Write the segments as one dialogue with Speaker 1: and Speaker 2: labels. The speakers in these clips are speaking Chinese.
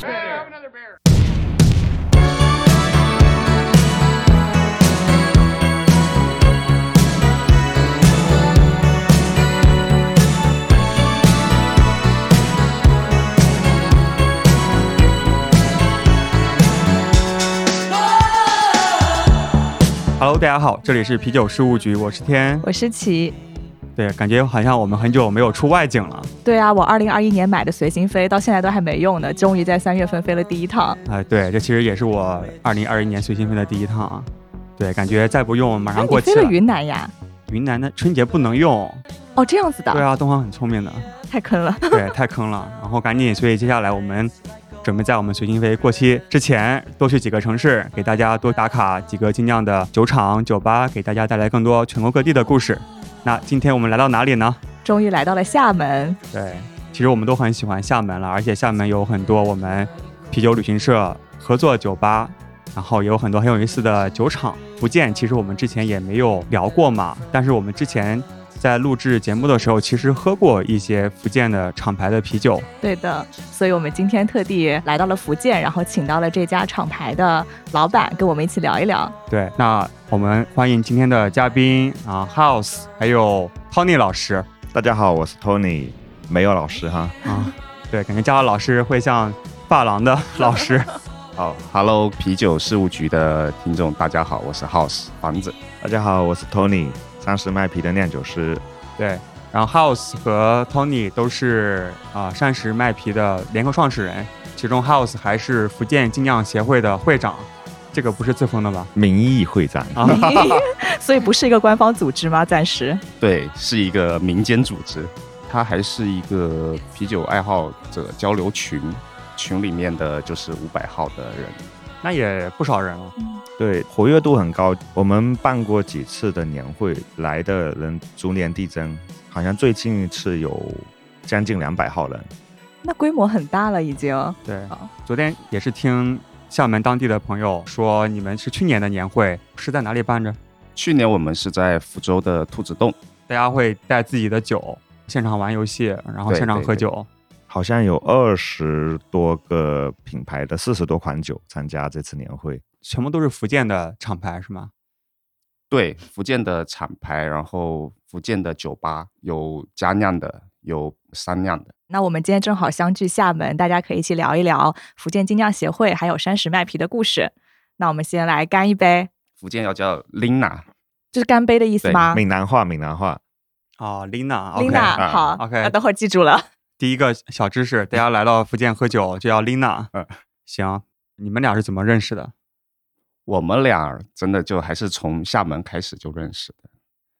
Speaker 1: Brother Bear.
Speaker 2: Hello，大家好，这里是啤酒事务局，我是天。
Speaker 3: 我是琪。
Speaker 2: 对，感觉好像我们很久没有出外景了。
Speaker 3: 对啊，我二零二一年买的随心飞到现在都还没用呢，终于在三月份飞了第一趟。
Speaker 2: 哎，对，这其实也是我二零二一年随心飞的第一趟啊。对，感觉再不用马
Speaker 3: 那
Speaker 2: 上
Speaker 3: 你
Speaker 2: 过期
Speaker 3: 飞了云南呀？
Speaker 2: 云南的春节不能用。
Speaker 3: 哦，这样子的，
Speaker 2: 对啊，东方很聪明的，
Speaker 3: 太坑了。
Speaker 2: 对，太坑了。然后赶紧，所以接下来我们准备在我们随心飞过期之前，多去几个城市，给大家多打卡几个精酿的酒厂、酒吧，给大家带来更多全国各地的故事。那今天我们来到哪里呢？
Speaker 3: 终于来到了厦门，
Speaker 2: 对，其实我们都很喜欢厦门了，而且厦门有很多我们啤酒旅行社合作酒吧，然后也有很多很有意思的酒厂。福建其实我们之前也没有聊过嘛，但是我们之前在录制节目的时候，其实喝过一些福建的厂牌的啤酒。
Speaker 3: 对的，所以我们今天特地来到了福建，然后请到了这家厂牌的老板跟我们一起聊一聊。
Speaker 2: 对，那我们欢迎今天的嘉宾啊，House 还有 Tony 老师
Speaker 4: 大家好，我是 Tony，没有老师哈。
Speaker 2: 啊，对，感觉叫他老师会像发廊的 老师。
Speaker 5: 好，Hello，啤酒事务局的听众，大家好，我是 House 房子。
Speaker 4: 大家好，我是 Tony，三十麦皮的酿酒师。
Speaker 2: 对，然后 House 和 Tony 都是啊、膳食麦皮的联合创始人，其中 House 还是福建精酿协会的会长，这个不是自封的吧？
Speaker 4: 名义会长，
Speaker 2: 啊
Speaker 3: 所以不是一个官方组织吗？暂时。
Speaker 5: 对，是一个民间组织，它还是一个啤酒爱好者交流群，群里面的就是五百号的人。
Speaker 2: 那也不少人了。
Speaker 4: 对，活跃度很高。我们办过几次的年会，来的人逐年递增，好像最近一次有将近两百号人。
Speaker 3: 那规模很大了，已经。
Speaker 2: 对
Speaker 5: 哦
Speaker 3: 好，
Speaker 2: 昨天也是听厦门当地的朋友说，你们是去年的年会是在哪里办着？
Speaker 5: 去年我们是在福州的兔子洞，
Speaker 2: 大家会带自己的酒，现场玩游戏，然后
Speaker 5: 对
Speaker 2: 现场
Speaker 5: 对
Speaker 2: 喝
Speaker 5: 对
Speaker 2: 酒。
Speaker 4: 好像有二十多个品牌的四十多款酒参加这次年会，
Speaker 2: 全部都是福建的厂牌是吗？
Speaker 5: 对，福建的厂牌，然后福建的酒吧有家酿的，有三酿的。
Speaker 3: 那我们今天正好相聚厦门，大家可以一起聊一聊福建精酿协会还有山石麦皮的故事。那我们先来干一杯，
Speaker 5: 福建要叫 Lina，
Speaker 3: 这是干杯的意思
Speaker 5: 对
Speaker 3: 吗
Speaker 4: 闽南话，闽南话。
Speaker 2: 哦，Lina，OK，
Speaker 3: ？Lina，、
Speaker 5: 啊
Speaker 3: 好
Speaker 2: OK
Speaker 3: 那等会儿记住了。
Speaker 2: 第一个小知识，大家来到福建喝酒就要 Lina。
Speaker 5: 嗯
Speaker 2: 行，你们俩是怎么认识的？
Speaker 5: 我们俩真的就还是从厦门开始就认识的，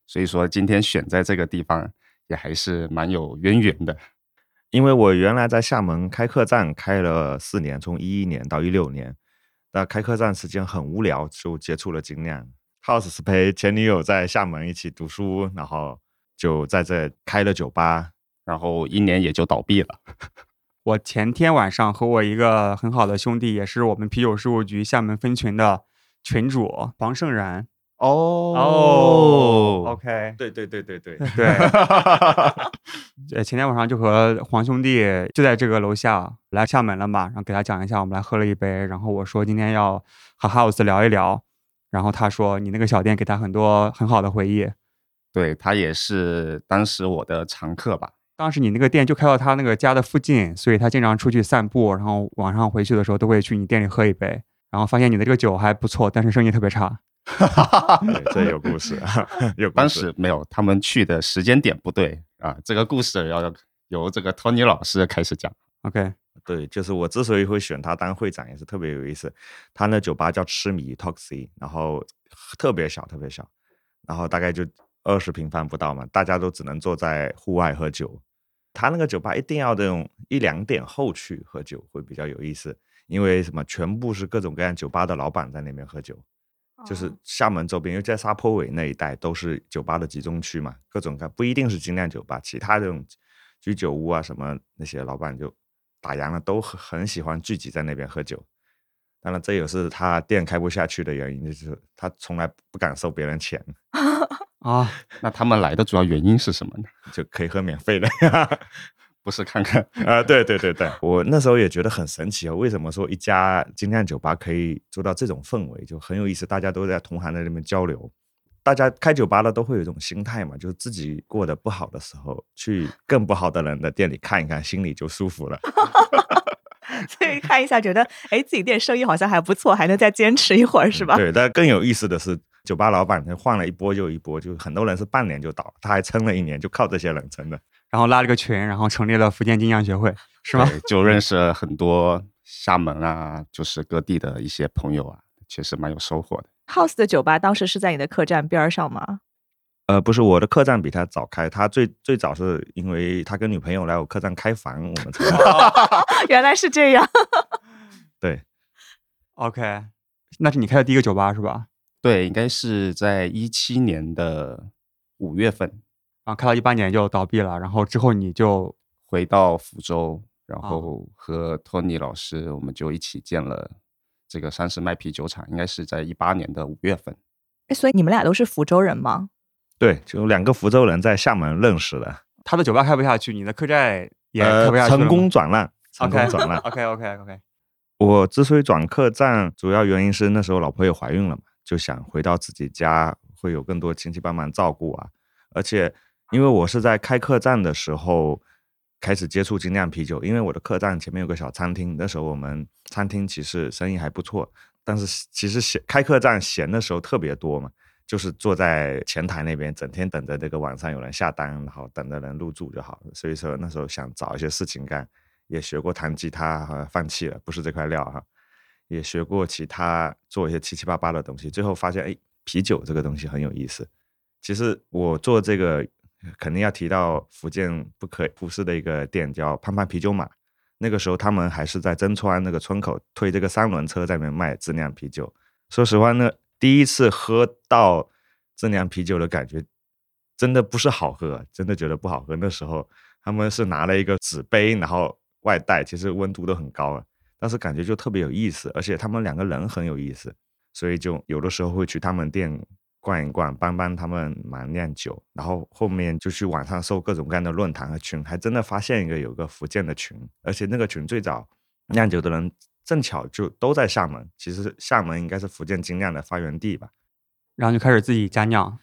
Speaker 5: 所以说今天选在这个地方也还是蛮有渊源的。
Speaker 4: 因为我原来在厦门开客栈开了四年，从一一年到一六年，那开客栈时间很无聊，就接触了精酿。House 是陪前女友在厦门一起读书，然后就在这开了酒吧。
Speaker 5: 然后一年也就倒闭了，
Speaker 2: 我前天晚上和我一个很好的兄弟，也是我们啤酒事务局厦门分群的群主黄胜然。哦
Speaker 5: 哦
Speaker 2: ，OK，
Speaker 4: 对对对对 对，
Speaker 2: 对，呃，前天晚上就和黄兄弟就在这个楼下来厦门了嘛，然后给他讲一下，我们来喝了一杯，然后我说今天要和 House 聊一聊，然后他说你那个小店给他很多很好的回忆，
Speaker 5: 对他也是当时我的常客吧，
Speaker 2: 当时你那个店就开到他那个家的附近，所以他经常出去散步，然后晚上回去的时候都会去你店里喝一杯。然后发现你的这个酒还不错，但是生意特别差。
Speaker 4: 对这有故事， 有故
Speaker 5: 当
Speaker 4: 事。
Speaker 5: 时没有他们去的时间点不对啊，这个故事要由这个托尼老师开始讲。
Speaker 2: OK，
Speaker 4: 对，就是我之所以会选他当会长，也是特别有意思。他那酒吧叫痴迷 Toxy，然后特别小，特别小，然后大概就二十平方不到嘛，大家都只能坐在户外喝酒。他那个酒吧一定要这种一两点后去喝酒会比较有意思，因为什么？全部是各种各样酒吧的老板在那边喝酒，
Speaker 3: 哦
Speaker 4: 就是厦门周边，因为在沙坡尾那一带都是酒吧的集中区嘛，各种各不一定是精酿酒吧，其他这种居酒屋啊什么那些老板就打烊了，都很很喜欢聚集在那边喝酒。当然，这也是他店开不下去的原因，就是他从来不敢收别人钱，
Speaker 2: 啊，
Speaker 5: 那他们来的主要原因是什么呢？
Speaker 4: 就可以喝免费的。
Speaker 5: 不是看看。
Speaker 4: 啊、对对对对，我那时候也觉得很神奇哦。为什么说一家精酿酒吧可以做到这种氛围，就很有意思，大家都在同行在那边交流。大家开酒吧的都会有一种心态嘛，就是自己过得不好的时候，去更不好的人的店里看一看，心里就舒服了。
Speaker 3: 所以看一下，觉得哎，自己店生意好像还不错，还能再坚持一会儿， 是吧？
Speaker 4: 嗯对，但更有意思的是，酒吧老板他换了一波又一波，就很多人是半年就倒了，他还撑了一年，就靠这些人撑的。
Speaker 2: 然后拉了个群，然后成立了福建精酿学会，是吗？
Speaker 5: 对，就认识了很多厦门啊，就是各地的一些朋友啊，确实蛮有收获的。
Speaker 3: House 的酒吧当时是在你的客栈边儿上吗？
Speaker 4: 呃，不是，我的客栈比他早开，他最最早是因为他跟女朋友来我客栈开房，我 们才
Speaker 3: 原来是这样，
Speaker 4: 对
Speaker 2: OK，那是你开的第一个酒吧是吧？
Speaker 5: 对，应该是在一七年的五月份
Speaker 2: 然后开到一八年就倒闭了，然后之后你就
Speaker 5: 回到福州，然
Speaker 2: 啊
Speaker 5: 后和托尼老师我们就一起建了这个三十麦啤酒厂，应该是在一八年的五月份。
Speaker 3: 哎所以你们俩都是福州人吗？
Speaker 4: 对，就两个福州人在厦门认识的，
Speaker 2: 他的酒吧开不下去，你的客栈也开
Speaker 4: 呃
Speaker 2: 不下去了吗、
Speaker 4: 成功转让，成
Speaker 2: OK
Speaker 4: 功转让。
Speaker 2: OK OK OK，
Speaker 4: 我之所以转客栈，主要原因是那时候老婆也怀孕了嘛，就想回到自己家，会有更多亲戚帮忙照顾啊。而且，因为我是在开客栈的时候开始接触精酿啤酒，因为我的客栈前面有个小餐厅，那时候我们餐厅其实生意还不错，但是其实闲开客栈闲的时候特别多嘛，就是坐在前台那边，整天等着这个晚上有人下单，然后等着人入住就好了。所以说那时候想找一些事情干，也学过弹吉他，哈，放弃了，不是这块料哈。也学过其他做一些七七八八的东西，最后发现哎，啤酒这个东西很有意思。其实我做这个肯定要提到福建不可忽视的一个店，叫胖胖啤酒马。那个时候他们还是在真川那个村口推这个三轮车在那边卖自酿啤酒。说实话呢，第一次喝到自酿啤酒的感觉，真的不是好喝，真的觉得不好喝。那时候他们是拿了一个纸杯，然后外带，其实温度都很高了，但是感觉就特别有意思，而且他们两个人很有意思，所以就有的时候会去他们店逛一逛，帮帮他们忙酿酒。然后后面就去网上搜各种各样的论坛和群，还真的发现一个有个福建的群，而且那个群最早酿酒的人正巧就都在厦门，其实厦门应该是福建精酿的发源地吧。
Speaker 2: 然后就开始自己加酿。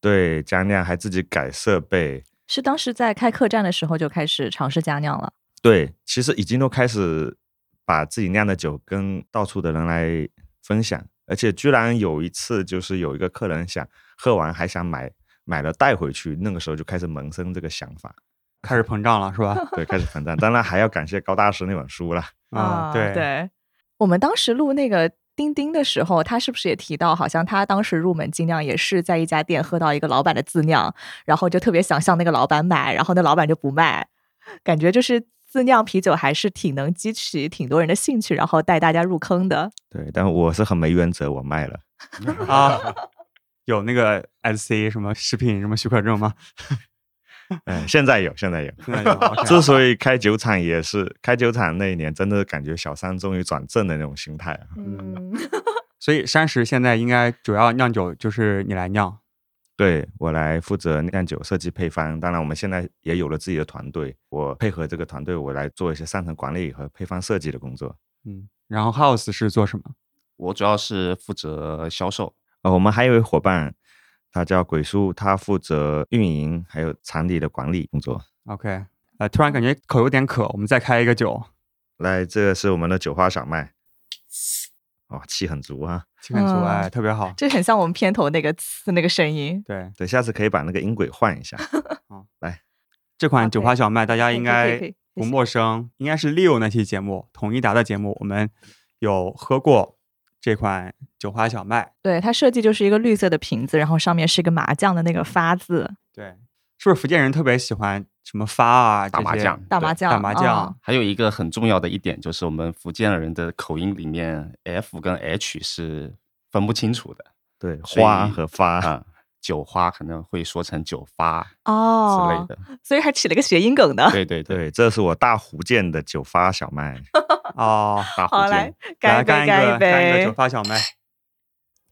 Speaker 4: 对，加酿还自己改设备，
Speaker 3: 是当时在开客栈的时候就开始尝试加酿了。
Speaker 4: 对，其实已经都开始把自己酿的酒跟到处的人来分享，而且居然有一次就是有一个客人想喝完还想买，买了带回去，那个时候就开始萌生这个想法，
Speaker 2: 开始膨胀了是吧？
Speaker 4: 对，开始膨胀。当然还要感谢高大师那本书了，
Speaker 2: 啊、对，
Speaker 3: 对，我们当时录那个钉钉的时候，他是不是也提到，好像他当时入门精酿也是在一家店喝到一个老板的自酿，然后就特别想向那个老板买，然后那老板就不卖，感觉就是自酿啤酒还是挺能激起挺多人的兴趣，然后带大家入坑的。
Speaker 4: 对，但我是很没原则，我卖了。
Speaker 2: 啊，有那个 SC 什么食品什么许可证吗？
Speaker 4: 哎，现在有，现在有。
Speaker 2: 现在有 OK
Speaker 4: 之所以开酒厂也是开酒厂那一年，真的感觉小三终于转正的那种心态啊。
Speaker 3: 嗯，
Speaker 2: 所以山石现在应该主要酿酒就是你来酿。
Speaker 4: 对我来负责酿酒、设计配方。当然，我们现在也有了自己的团队，我配合这个团队，我来做一些上层管理和配方设计的工作。
Speaker 2: 嗯，然后 House 是做什么？
Speaker 5: 我主要是负责销售，
Speaker 4: 呃，我们还有一位伙伴，他叫鬼叔，他负责运营还有场地的管理工作。
Speaker 2: OK，呃，突然感觉口有点渴，我们再开一个酒，
Speaker 4: 来，这个是我们的酒花小麦，哦，气很足啊！
Speaker 2: 气氛足
Speaker 3: 嗯
Speaker 2: 哎，特别好。
Speaker 3: 这很像我们片头那个呲那个声音。
Speaker 2: 对，
Speaker 4: 对，下次可以把那个音轨换 一下。
Speaker 2: 这
Speaker 3: 好
Speaker 2: 款酒
Speaker 3: 可以
Speaker 2: 花小麦大家
Speaker 3: 哎可以
Speaker 2: 应
Speaker 3: 可以
Speaker 2: 该
Speaker 3: 可以
Speaker 2: 不
Speaker 3: 谢谢
Speaker 2: 陌生，应该是 Leo 那期节目，统一达的节目，我们有喝过这款酒花小麦。
Speaker 3: 对，它设计就是一个绿色的瓶子，然后上面是一个麻将的那个发字，
Speaker 2: 对，是不是福建人特别喜欢什么发啊？
Speaker 5: 打
Speaker 2: 这
Speaker 5: 麻
Speaker 2: 些
Speaker 5: 将
Speaker 3: 大麻
Speaker 5: 对
Speaker 3: 将，
Speaker 2: 打麻将
Speaker 3: 嗯
Speaker 5: 还有一个很重要的一点就是，我们福建人的口音里面 F 跟 H 是分不清楚的
Speaker 4: 对，
Speaker 5: 所
Speaker 4: 花
Speaker 5: 以
Speaker 4: 和发，
Speaker 5: 啊、酒花可能会说成酒发之类
Speaker 3: 哦，
Speaker 5: 的。
Speaker 3: 所以还起了个谐音梗呢。
Speaker 5: 对对对，
Speaker 4: 对，这是我大福建的酒花小麦。
Speaker 2: 哦，
Speaker 5: 大
Speaker 3: 好，
Speaker 5: 福
Speaker 3: 来
Speaker 5: 建
Speaker 2: 来
Speaker 3: 干
Speaker 2: 干一个
Speaker 3: 一杯，
Speaker 2: 干一个
Speaker 3: 杯
Speaker 2: 酒。花小麦。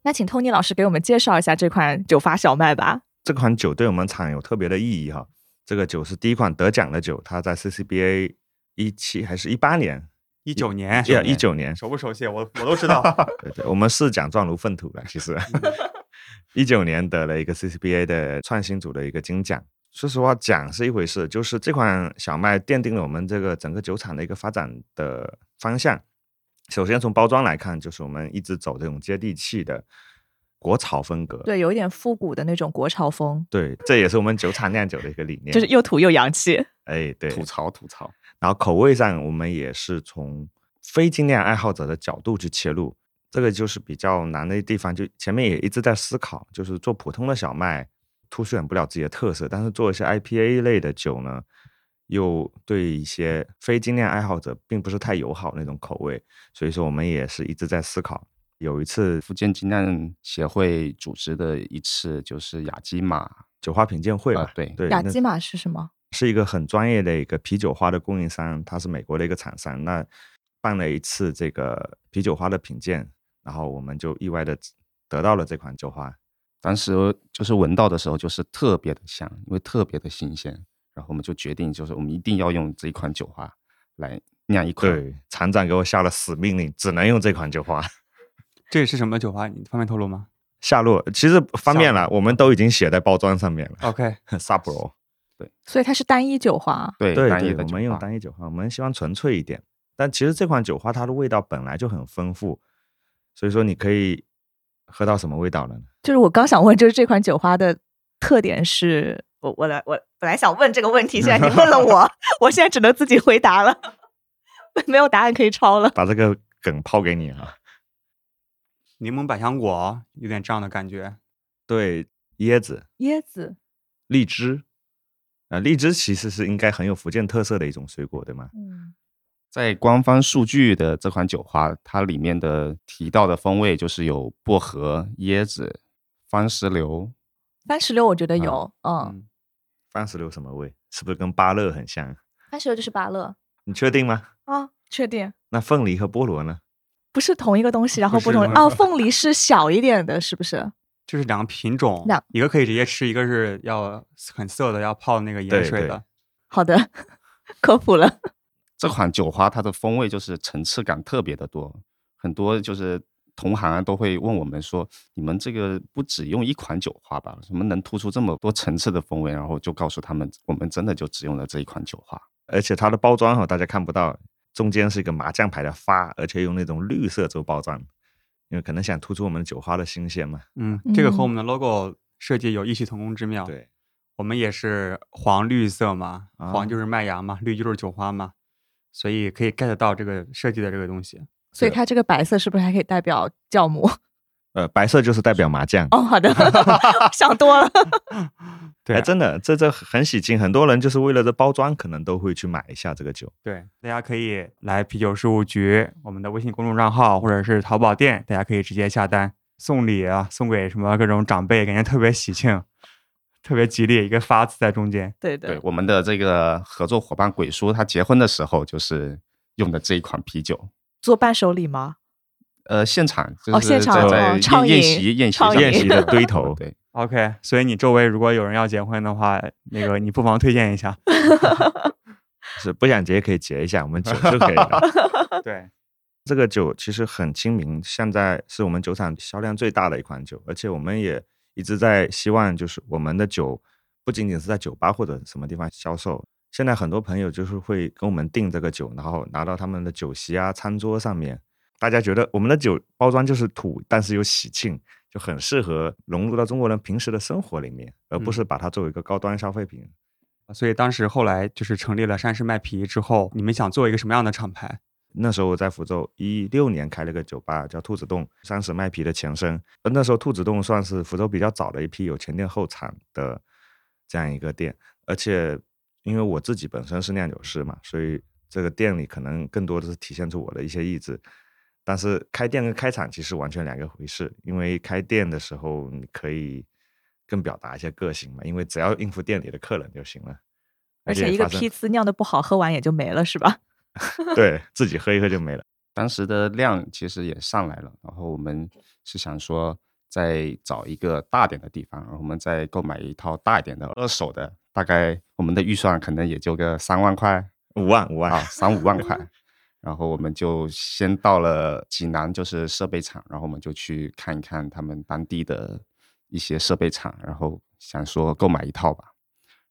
Speaker 3: 那请托尼老师给我们介绍一下这款酒发小麦吧。
Speaker 4: 这款酒对我们厂有特别的意义哈。这个酒是第一款得奖的酒，它在 CCBA 一七还是一八年？
Speaker 2: 一九年，
Speaker 4: 对，一九年。
Speaker 2: 熟不熟悉？我我都知道。
Speaker 4: 对对，我们是讲壮如粪土了，其实。 一九年得了一个 CCBA 的创新组的一个金奖。说实话，奖是一回事，就是这款小麦奠定了我们这个整个酒厂的一个发展的方向。首先从包装来看，就是我们一直走这种接地气的国潮风格。
Speaker 3: 对，有一点复古的那种国潮风，
Speaker 4: 对，这也是我们酒厂酿酒的一个理念。
Speaker 3: 就是又土又洋气。
Speaker 4: 哎， 对，
Speaker 5: 吐槽吐槽。
Speaker 4: 然后口味上，我们也是从非精酿爱好者的角度去切入，这个就是比较难的地方。就前面也一直在思考，就是做普通的小麦凸显不了自己的特色，但是做一些 IPA 类的酒呢，又对一些非精酿爱好者并不是太友好那种口味。所以说，我们也是一直在思考。有一次
Speaker 5: 福建精酿协会组织的一次就是雅基玛，
Speaker 4: 酒花品鉴会吧，
Speaker 5: 啊对
Speaker 4: 对，
Speaker 3: 雅
Speaker 4: 那
Speaker 3: 基玛是什么？
Speaker 4: 是一个很专业的一个啤酒花的供应商，它是美国的一个厂商。那办了一次这个啤酒花的品鉴，然后我们就意外的得到了这款酒花。
Speaker 5: 当时就是闻到的时候就是特别的香，因为特别的新鲜，然后我们就决定就是我们一定要用这一款酒花来酿一款。
Speaker 4: 对，厂长给我下了死命令，只能用这款酒花。
Speaker 2: 这是什么酒吧？你方便透露吗
Speaker 4: 下落其实方便了，
Speaker 5: 啊
Speaker 4: 我们都已经写在包装上面了。
Speaker 2: ？OK，
Speaker 4: Sapporo，
Speaker 3: 所以它是单一酒花，
Speaker 5: 对
Speaker 4: 对
Speaker 5: 单
Speaker 4: 对，
Speaker 5: 一的
Speaker 4: 我
Speaker 5: 酒
Speaker 4: 们用
Speaker 5: 花
Speaker 4: 单一酒花，我们希望纯粹一点。但其实这款酒花它的味道本来就很丰富，所以说你可以喝到什么味道了呢？
Speaker 3: 就是我刚想问，就是这款酒花的特点是，我我来我本来想问这个问题，现在你问了 我，我现在只能自己回答了， 没有答案可以抄了。
Speaker 4: 把这个梗抛给你啊。
Speaker 2: 柠檬百香果有点这样的感觉。
Speaker 4: 对，椰子、
Speaker 3: 椰子
Speaker 4: 荔枝，啊，荔枝其实是应该很有福建特色的一种水果，对吗？
Speaker 3: 嗯，
Speaker 5: 在官方数据的这款酒花，它里面的提到的风味就是有薄荷、椰子、番石榴，
Speaker 3: 番石榴我觉得有，嗯，
Speaker 2: 嗯，
Speaker 4: 番石榴什么味？是不是跟芭乐很像？
Speaker 3: 番石榴就是芭乐
Speaker 4: 你确定吗？
Speaker 3: 啊，确定
Speaker 4: 那凤梨和菠萝呢？
Speaker 3: 不是同一个东西，然后
Speaker 2: 不
Speaker 3: 不
Speaker 2: 是
Speaker 3: 同
Speaker 2: 吗
Speaker 3: 哦，凤梨是小一点的，是不是？
Speaker 2: 这是两个品种
Speaker 3: 两，
Speaker 2: 一个可以直接吃，一个是要很涩的，要泡那个盐
Speaker 4: 对
Speaker 2: 水
Speaker 4: 对
Speaker 2: 的。
Speaker 3: 好的， 科普了，
Speaker 5: 这款酒花它的风味就是层次感特别的多，很多就是同行啊都会问我们说，你们这个不只用一款酒花吧？怎么能突出这么多层次的风味？然后就告诉他们，我们真的就只用了这一款酒花。
Speaker 4: 而且它的包装哈，哦大家看不到，中间是一个麻将牌的发，而且用那种绿色做包装，因为可能想突出我们酒花的新鲜嘛。
Speaker 2: 嗯，这个和我
Speaker 3: 嗯
Speaker 2: 们的 logo 设计有异曲同工之妙。
Speaker 4: 对，
Speaker 2: 我们也是黄绿色嘛，
Speaker 4: 啊
Speaker 2: 黄就是麦芽嘛，绿就是酒花嘛，所以可以 get 到这个设计的这个东西。
Speaker 3: 所以它这个白色是不是还可以代表酵母？
Speaker 4: 呃，白色就是代表麻哎将。
Speaker 3: 哦，好的， 想多了。
Speaker 2: 对啊
Speaker 4: 哎，真的，这这很喜庆，很多人就是为了这包装，可能都会去买一下这个酒。
Speaker 2: 对，大家可以来啤酒事务局我们的微信公众账号或者是淘宝店，大家可以直接下单送礼啊，送给什么各种长辈，感觉特别喜庆， 特别吉利，一个发字在中间。
Speaker 3: 对
Speaker 5: 对
Speaker 3: 对，
Speaker 5: 我们的这个合作伙伴鬼叔，他结婚的时候就是用的这一款啤酒。
Speaker 3: 做伴手礼吗？
Speaker 5: 呃，现场就
Speaker 3: 哦
Speaker 5: 是
Speaker 3: 现场哦
Speaker 5: 在
Speaker 3: 畅
Speaker 5: 宴宴
Speaker 3: 饮
Speaker 5: 席宴席
Speaker 3: 畅
Speaker 5: 上
Speaker 3: 饮
Speaker 5: 面
Speaker 4: 宴席的堆头
Speaker 5: 对，
Speaker 2: OK，所以你周围如果有人要结婚的话，那个你不妨推荐一下。
Speaker 4: 是不想结可以结一下，我们酒是可以的。
Speaker 2: 对，
Speaker 4: 这个酒其实很亲民，现在是我们酒厂销量最大的一款酒，而且我们也一直在希望，就是我们的酒不仅仅是在酒吧或者什么地方销售。现在很多朋友就是会跟我们订这个酒，然后拿到他们的酒席啊、餐桌上面。大家觉得我们的酒包装就是土，但是又喜庆，就很适合融入到中国人平时的生活里面，而不是把它作为一个高端消费品。
Speaker 2: 所以当时后来就是成立了山市麦啤之后，你们想做一个什么样的厂牌？
Speaker 4: 那时候我在福州，一六年开了个酒吧，叫兔子洞，三十麦皮的前身。呃那时候兔子洞算是福州比较早的一批有前店后厂的这样一个店，而且因为我自己本身是酿酒师嘛，所以这个店里可能更多的是体现出我的一些意志。但是开店跟开厂其实完全两个回事，因为开店的时候你可以更表达一些个性嘛，因为只要应付店里的客人就行了，
Speaker 3: 而且一个
Speaker 4: 哎发生
Speaker 3: 批次酿的不好，喝完也就没了，是吧？
Speaker 4: 对自己喝一喝就没了。
Speaker 5: 当时的量其实也上来了，然后我们是想说再找一个大点的地方，然后我们再购买一套大一点的二手的大概我们的预算可能也就个三万块
Speaker 4: 五万五万
Speaker 5: 啊，三五万块。然后我们就先到了济南，就是设备厂，然后我们就去看一看他们当地的一些设备厂，然后想说购买一套吧。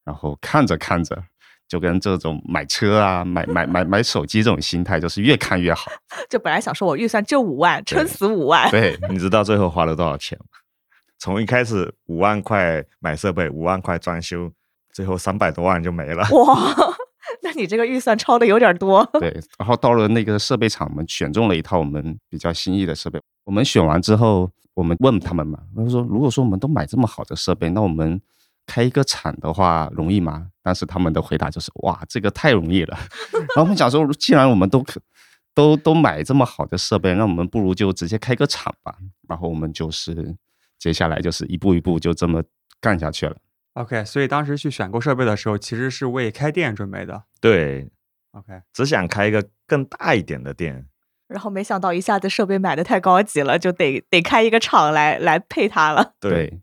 Speaker 5: 然后看着看着，就跟这种买车啊、买买买买手机这种心态，就是越看越好。
Speaker 3: 就本来想说我预算就五万，
Speaker 5: 对
Speaker 3: 撑死五 万，
Speaker 5: 对，
Speaker 4: 你知道最后花了多少钱吗？从一开始五万块买设备，五万块装修，最后三百多万就没了。
Speaker 3: 哇， 那你这个预算超的有点多。
Speaker 5: 对，然后到了那个设备厂，我们选中了一套我们比较心意的设备。我们选完之后，我们问他们嘛，他们说如果说我们都买这么好的设备，那我们开一个厂的话容易吗？当时他们的回答就是哇，这个太容易了。 然后我们想说，既然我们都可都都买这么好的设备，那我们不如就直接开个厂吧。然后我们就是接下来就是一步一步就这么干下去了。
Speaker 2: OK，所以当时去选购设备的时候，其实是为开店准备的。
Speaker 4: 对，
Speaker 2: OK，
Speaker 4: 只想开一个更大一点的店。
Speaker 3: 然后没想到一下子设备买的太高级了，就得得开一个厂来来配它了。
Speaker 4: 对，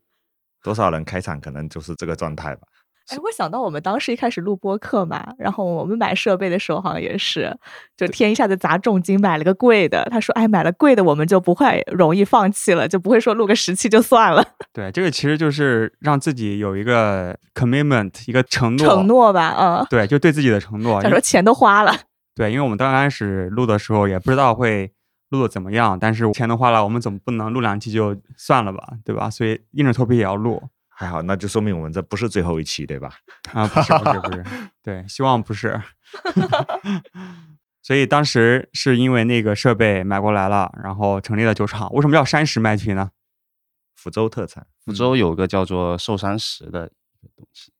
Speaker 4: 多少人开场可能就是这个状态吧。
Speaker 3: 哎，我想到我们当时一开始录播客嘛，然后我们买设备的时候好像也是，就天一下子砸重金买了个贵的。他说：“哎，买了贵的我们就不会容易放弃了，就不会说录个十期就算了，
Speaker 2: 对，这个其实就是让自己有一个 commitment，一个承诺，
Speaker 3: 承诺吧。”嗯，
Speaker 2: 对，就对自己的承诺。
Speaker 3: 他
Speaker 2: 因
Speaker 3: 说
Speaker 2: 为
Speaker 3: 钱都花了，
Speaker 2: 对，因为我们刚开始录的时候也不知道会录的怎么样，但是钱都花了，我们总不能录两期就算了吧，对吧？所以硬着头皮也要录
Speaker 4: 还好，那就说明我们这不是最后一期，对吧？
Speaker 2: 啊，不是不是不是，对，希望不是。 所以当时是因为那个设备买过来了，然后成立了酒厂。为什么叫山石麦皮呢？
Speaker 4: 福州特产，
Speaker 5: 福州有个叫做寿山石的一个东西。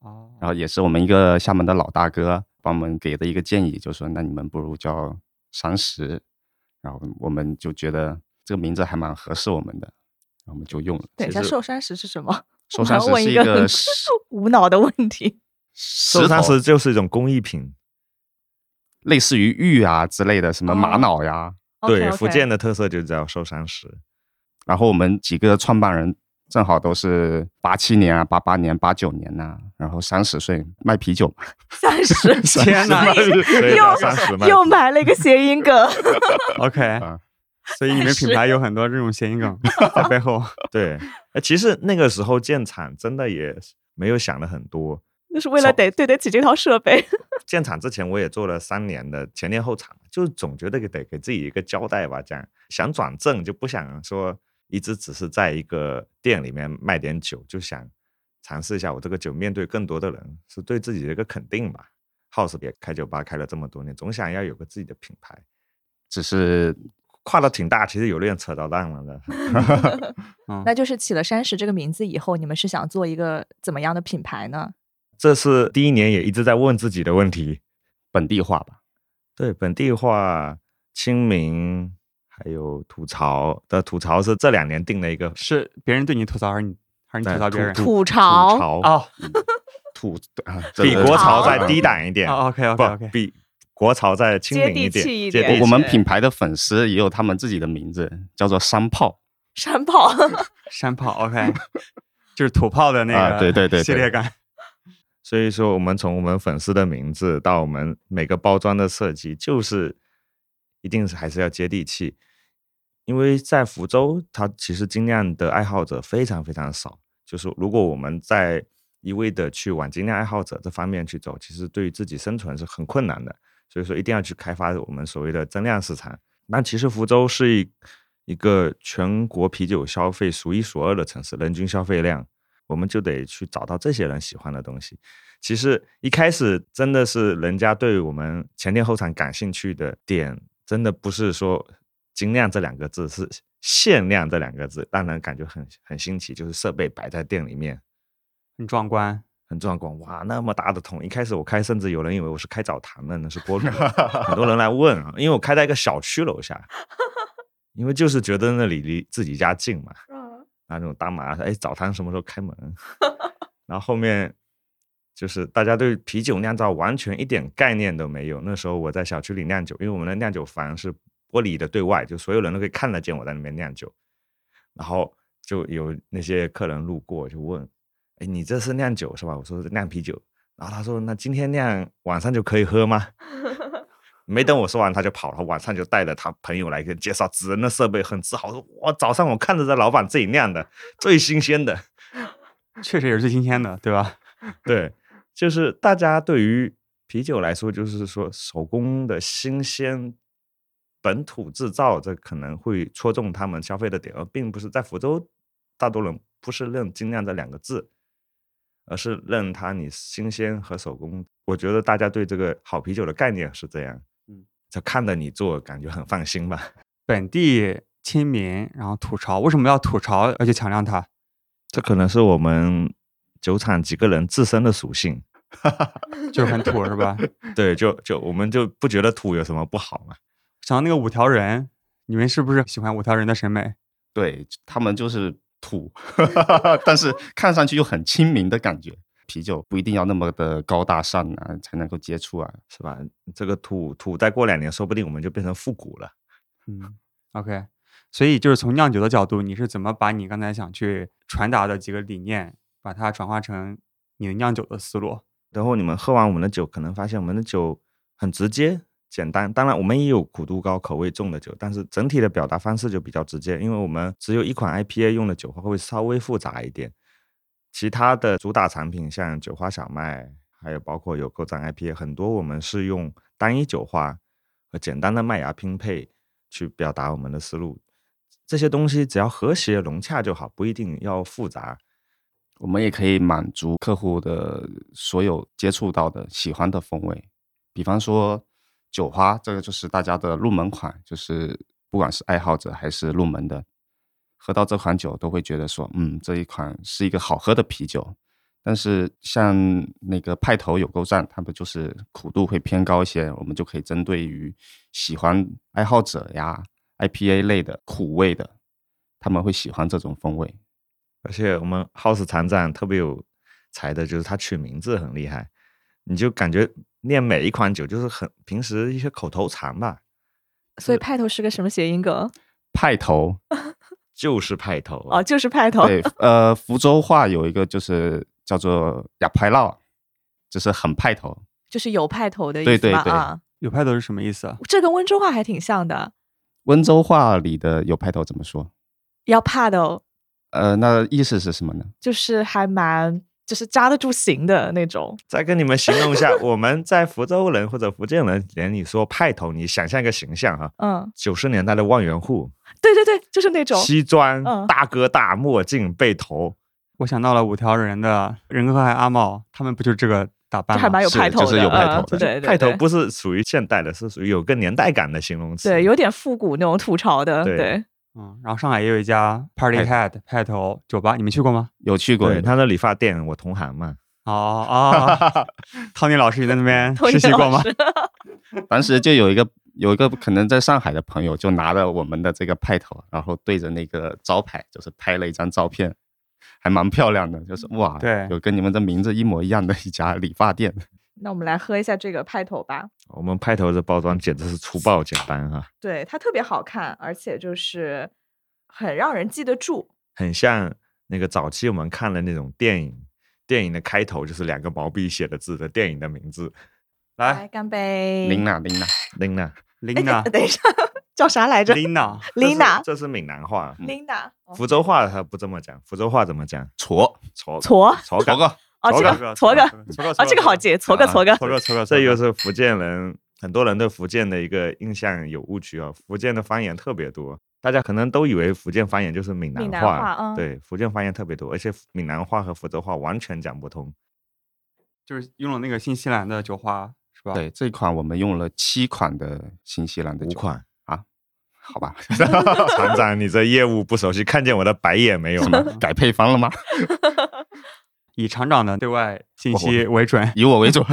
Speaker 2: 哦
Speaker 5: 然后也是我们一个厦门的老大哥帮我们给的一个建议，就说那你们不如叫山石，然后我们就觉得这个名字还蛮合适我们的，然后我们就用了。
Speaker 3: 等一
Speaker 5: 其
Speaker 3: 下，
Speaker 5: 实
Speaker 3: 寿山石是什么？
Speaker 5: 寿山
Speaker 3: 我
Speaker 5: 石
Speaker 3: 要问
Speaker 5: 是
Speaker 3: 一
Speaker 5: 一
Speaker 3: 个很
Speaker 5: 个石
Speaker 3: 无脑的问题。
Speaker 5: 石
Speaker 4: 寿山
Speaker 5: 头
Speaker 4: 石就是一种工艺品，
Speaker 5: 类似于玉啊之类的，什么玛
Speaker 3: 哦
Speaker 5: 瑙呀。
Speaker 4: 对福
Speaker 3: OK，OK
Speaker 4: 建的特色就叫寿山石。
Speaker 5: 然后我们几个创办人正好都是八七年啊、八八年、八九年呐、然后三十岁卖啤酒嘛，
Speaker 3: 三十，
Speaker 2: 天哪
Speaker 4: 所以叫山石嘛
Speaker 3: 又，又埋了一个谐音梗。
Speaker 2: ，OK，
Speaker 5: 啊
Speaker 2: 所以你们品牌有很多这种谐音梗在背后。
Speaker 4: 对。哎，其实那个时候建厂真的也没有想的很多，
Speaker 3: 就是为了
Speaker 4: 从
Speaker 3: 得对得起这套设备。
Speaker 4: 建厂之前我也做了三年的前店后厂，就是总觉得给得给自己一个交代吧，这样想转正就不想说一直只是在一个店里面卖点酒，就想尝试一下我这个酒面对更多的人，是对自己的一个肯定吧。house 也开酒吧开了这么多年，总想要有个自己的品牌，
Speaker 5: 只是
Speaker 4: 跨的挺大，其实有点扯到蛋了的。
Speaker 2: 嗯，
Speaker 3: 那就是起了山石这个名字以后，你们是想做一个怎么样的品牌呢？
Speaker 4: 这是第一年也一直在问自己的问题，
Speaker 5: 本地化吧。
Speaker 4: 对本地化、亲民还有吐槽的吐槽是这两年定了一个
Speaker 2: 是别人对你吐槽，还是你还是你
Speaker 4: 对
Speaker 2: 吐槽别人？
Speaker 3: 吐槽
Speaker 4: 吐槽
Speaker 2: 哦
Speaker 5: 土啊，这
Speaker 4: 比
Speaker 5: 个
Speaker 4: 国潮
Speaker 3: 槽
Speaker 4: 再低档一点，
Speaker 2: 哦，OK OK
Speaker 4: 不
Speaker 2: OK，
Speaker 4: 比国潮再亲
Speaker 3: 接
Speaker 4: 民
Speaker 3: 地
Speaker 4: 一点，
Speaker 3: 气一
Speaker 4: 接
Speaker 3: 点
Speaker 4: 地
Speaker 5: 我
Speaker 4: 气
Speaker 5: 我们
Speaker 3: 是
Speaker 5: 品牌的粉丝也有他们自己的名字，叫做 山炮。
Speaker 3: 山炮
Speaker 2: 山炮 OK，就是 土炮的那个、
Speaker 5: 啊对对对对
Speaker 2: 系列感。
Speaker 4: 所以说，我们从我们粉丝的名字到我们每个包装的设计，就是一定是还是要接地气。因为在福州，它其实精酿的爱好者非常非常少。就是如果我们在一味的去往精酿爱好者这方面去走，其实对于自己生存是很困难的。所以说，一定要去开发我们所谓的增量市场。那其实福州是一一个全国啤酒消费数一数二的城市，人均消费量，我们就得去找到这些人喜欢的东西。其实一开始真的是人家对我们前店后厂感兴趣的点，真的不是说“精酿”这两个字，是“限量”这两个字，让人感觉很很新奇。就是设备摆在店里面
Speaker 2: 很壮观，
Speaker 4: 很壮观，哇，那么大的桶！一开始我开，甚至有人以为我是开澡堂的，那是锅炉。很多人来问啊，因为我开在一个小区楼下，因为就是觉得那里离自己家近嘛。那种大妈说：“哎，澡堂什么时候开门？”然后后面就是大家对啤酒酿造完全一点概念都没有。那时候我在小区里酿酒，因为我们的酿酒房是玻璃的对外，就所有人都可以看得见我在那边酿酒。然后就有那些客人路过就问：“哎，你这是酿酒是吧？我说酿啤酒。然后他说，那今天酿晚上就可以喝吗？没等我说完，他就跑了。晚上就带着他朋友来给介绍纸人的设备，很自豪说：“我早上我看着这老板自己酿的，最新鲜的。”
Speaker 2: 确实也是最新鲜的，对吧？
Speaker 4: 对，就是大家对于啤酒来说，就是说手工的新鲜、本土制造，这可能会戳中他们消费的点，而并不是在福州，大多人不是认“精酿”这两个字，而是认它你新鲜和手工。我觉得大家对这个好啤酒的概念是这样，
Speaker 5: 嗯，
Speaker 4: 就看着你做，感觉很放心吧。
Speaker 2: 本地亲民，然后吐槽，为什么要吐槽要去强调它？
Speaker 4: 这可能是我们酒厂几个人自身的属性，
Speaker 2: 就是很土，是 吧？
Speaker 4: 对，就就我们就不觉得土有什么不好嘛。
Speaker 2: 想到那个五条人，你们是不是喜欢五条人的审美？
Speaker 5: 对他们就是土， 但是看上去又很亲民的感觉。啤酒不一定要那么的高大上啊，才能够接触啊。
Speaker 4: 是吧？这个土土，再过两年，说不定我们就变成复古了。
Speaker 2: 嗯，OK。所以就是从酿酒的角度，你是怎么把你刚才想去传达的几个理念，把它转化成你的酿酒的思路？
Speaker 4: 然后你们喝完我们的酒，可能发现我们的酒很直接、简单。当然，我们也有苦度高、口味重的酒，但是整体的表达方式就比较直接，因为我们只有一款 IPA 用的酒花会稍微复杂一点。其他的主打产品像酒花小麦，还有包括有购站 IPA，很多我们是用单一酒花和简单的麦芽拼配去表达我们的思路。这些东西只要和谐融洽就好，不一定要复杂。
Speaker 5: 我们也可以满足客户的所有接触到的喜欢的风味，比方说酒花，这个就是大家的入门款，就是不管是爱好者还是入门的，喝到这款酒都会觉得说，嗯，这一款是一个好喝的啤酒。但是像那个派头有沟站，他们就是苦度会偏高一些，我们就可以针对于喜欢爱好者呀、IPA 类的苦味的，他们会喜欢这种风味。
Speaker 4: 而且我们 House 厂长特别有才的，就是他取名字很厉害，你就感觉念每一款酒就是很平时一些口头禅吧，
Speaker 3: 所以派头是个什么谐音梗？
Speaker 5: 派头
Speaker 4: 就是派头啊
Speaker 3: 哦，就是派头。
Speaker 5: 对，呃，福州话有一个就是叫做“亚派佬”，就是很派头。
Speaker 3: 就是有派头的意
Speaker 5: 对
Speaker 3: 思
Speaker 5: 对
Speaker 3: 吧？
Speaker 5: 对
Speaker 3: 啊，
Speaker 2: 有派头是什么意思啊？
Speaker 3: 这跟温州话还挺像的，
Speaker 5: 温州话里的“有派头”怎么说？
Speaker 3: 要怕的哦，
Speaker 5: 呃，那意思是什么呢？
Speaker 3: 就是还蛮就是扎得住行的那种。
Speaker 4: 再跟你们形容一下，我们在福州人或者福建人眼里说派头，你想象一个形象哈、啊，
Speaker 3: 嗯，
Speaker 4: 九十年代的万元户，
Speaker 3: 对对对，就是那种。
Speaker 4: 西装、
Speaker 3: 嗯
Speaker 4: 大哥大、墨镜、背头，
Speaker 2: 我想到了五条人的人哥和阿茂，他们不就是这个打扮
Speaker 3: 就
Speaker 2: 吗？
Speaker 3: 还蛮有
Speaker 5: 是
Speaker 3: 派头的，
Speaker 5: 就是有派头
Speaker 3: 嗯
Speaker 5: 的
Speaker 3: 对对对，
Speaker 4: 派头不是属于现代的，是属于有个年代感的形容词。
Speaker 3: 对，有点复古那种吐槽的，
Speaker 4: 对
Speaker 3: 对，
Speaker 2: 嗯，然后上海也有一家 Party
Speaker 5: 派
Speaker 2: Head 派头酒吧，你们去过吗？
Speaker 5: 有去过
Speaker 4: 对，他的理发店，我同行嘛，
Speaker 2: 哦哦，汤尼老师也在那 边
Speaker 3: 托尼
Speaker 2: 实习过
Speaker 3: 老
Speaker 2: 吗？
Speaker 3: 师
Speaker 5: 当时就有一个有一个可能在上海的朋友，就拿着我们的这个派头，然后对着那个招牌，就是拍了一张照片，还蛮漂亮的。就是哇，
Speaker 2: 对
Speaker 5: 有跟你们的名字一模一样的一家理发店。
Speaker 3: 那我们来喝一下这个派头吧。
Speaker 4: 我们派头的包装简直是粗暴简单哈、
Speaker 3: 对，它特别好看，而且就是很让人记得住。
Speaker 4: 很像那个早期我们看的那种电影，电影的开头就是两个毛笔写的字的电影的名字。
Speaker 3: 来，
Speaker 2: 来
Speaker 3: 干
Speaker 2: 嗯
Speaker 3: 杯！
Speaker 5: 琳娜，琳娜，
Speaker 4: Lina
Speaker 3: 哎，
Speaker 2: ，Lina
Speaker 3: 等一下，叫啥来着
Speaker 2: Lina，
Speaker 4: 这是嗯
Speaker 3: Lina
Speaker 4: 这是闽南话，
Speaker 3: Lina，哦
Speaker 4: 福州话他不这么讲，福州话怎么讲？
Speaker 5: 矬
Speaker 4: 矬
Speaker 3: 矬
Speaker 4: 矬
Speaker 5: 矬
Speaker 4: 个，
Speaker 5: 哥，
Speaker 3: 哦，这
Speaker 4: 矬
Speaker 3: 个矬个啊，这个好记，矬个矬个
Speaker 2: 矬个矬个，
Speaker 4: 这又
Speaker 2: 是
Speaker 4: 是福建人，很多人对福建的一个印象有误区哦。福建的方言特别多，大家可能都以为福建方言就是闽南
Speaker 3: 闽南话嗯
Speaker 4: 对，福建方言特别多，而且闽南话和福州话完全讲不通。
Speaker 2: 就是用了那个新西兰的酒花是吧？
Speaker 5: 对这一款我们用了七款的新西兰的酒，
Speaker 4: 五款，
Speaker 5: 好吧？
Speaker 4: 厂长，你这业务不熟悉，看见我的白眼没有
Speaker 5: 什
Speaker 4: 吗？
Speaker 5: 么改配方了吗？
Speaker 2: 以厂长的对外信息为准。
Speaker 5: 以我为主。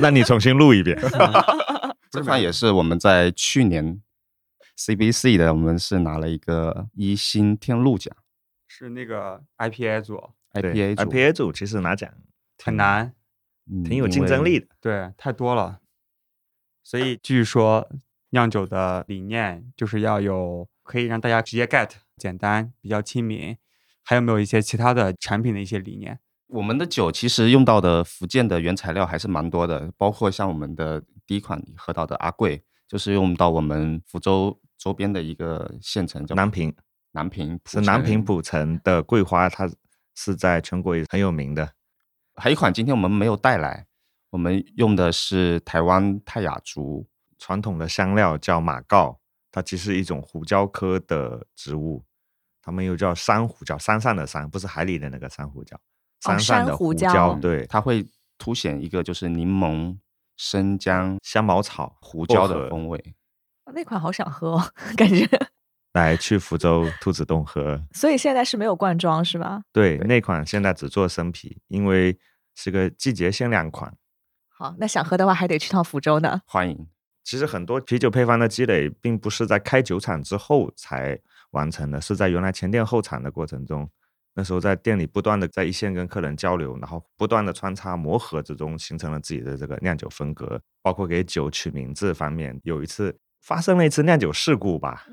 Speaker 4: 那你重新录一遍。
Speaker 5: 这款也是我们在去年 CBC 的，我们是拿了一个一星天路奖
Speaker 2: 是那个 IPA 组
Speaker 4: 对
Speaker 5: IPA 组
Speaker 4: IPA 组其实拿奖
Speaker 2: 很难，
Speaker 5: 嗯
Speaker 4: 挺有竞争力。的。
Speaker 2: 对，太多了。所以据说酿酒的理念就是要有可以让大家直接 get，简单，比较亲民。还有没有一些其他的产品的一些理念？
Speaker 5: 我们的酒其实用到的福建的原材料还是蛮多的，包括像我们的第一款你喝到的阿贵，就是用到我们福州周边的一个县城叫
Speaker 4: 南平
Speaker 5: 南平
Speaker 4: 是南
Speaker 5: 浦城
Speaker 4: 平浦城的桂花，它是在全国也很有名的。
Speaker 5: 还有一款今天我们没有带来，我们用的是台湾泰雅竹，
Speaker 4: 传统的香料叫马告，它其实是一种胡椒科的植物，它们又叫山胡椒，山上的山，不是海里的那个山胡椒，山上
Speaker 3: 山
Speaker 4: 的
Speaker 3: 胡
Speaker 4: 椒，
Speaker 3: 椒
Speaker 4: 对，
Speaker 5: 它会凸显一个就是柠檬、生姜、
Speaker 4: 香茅草、
Speaker 5: 胡
Speaker 4: 薄
Speaker 5: 椒
Speaker 4: 荷
Speaker 5: 的风味。
Speaker 3: 那款好想喝、哦，感觉。
Speaker 4: 来去福州兔子洞喝。
Speaker 3: 所以现在是没有罐装是吧？
Speaker 4: 对，
Speaker 5: 对
Speaker 4: 那款现在只做生啤，因为是个季节限量款。
Speaker 3: 好，那想喝的话还得去趟福州呢。
Speaker 5: 欢迎，
Speaker 4: 其实很多啤酒配方的积累，并不是在开酒厂之后才完成的，是在原来前店后厂的过程中，那时候在店里不断的在一线跟客人交流，然后不断的穿插磨合之中，形成了自己的这个酿酒风格，包括给酒取名字方面，有一次发生了一次酿酒事故吧，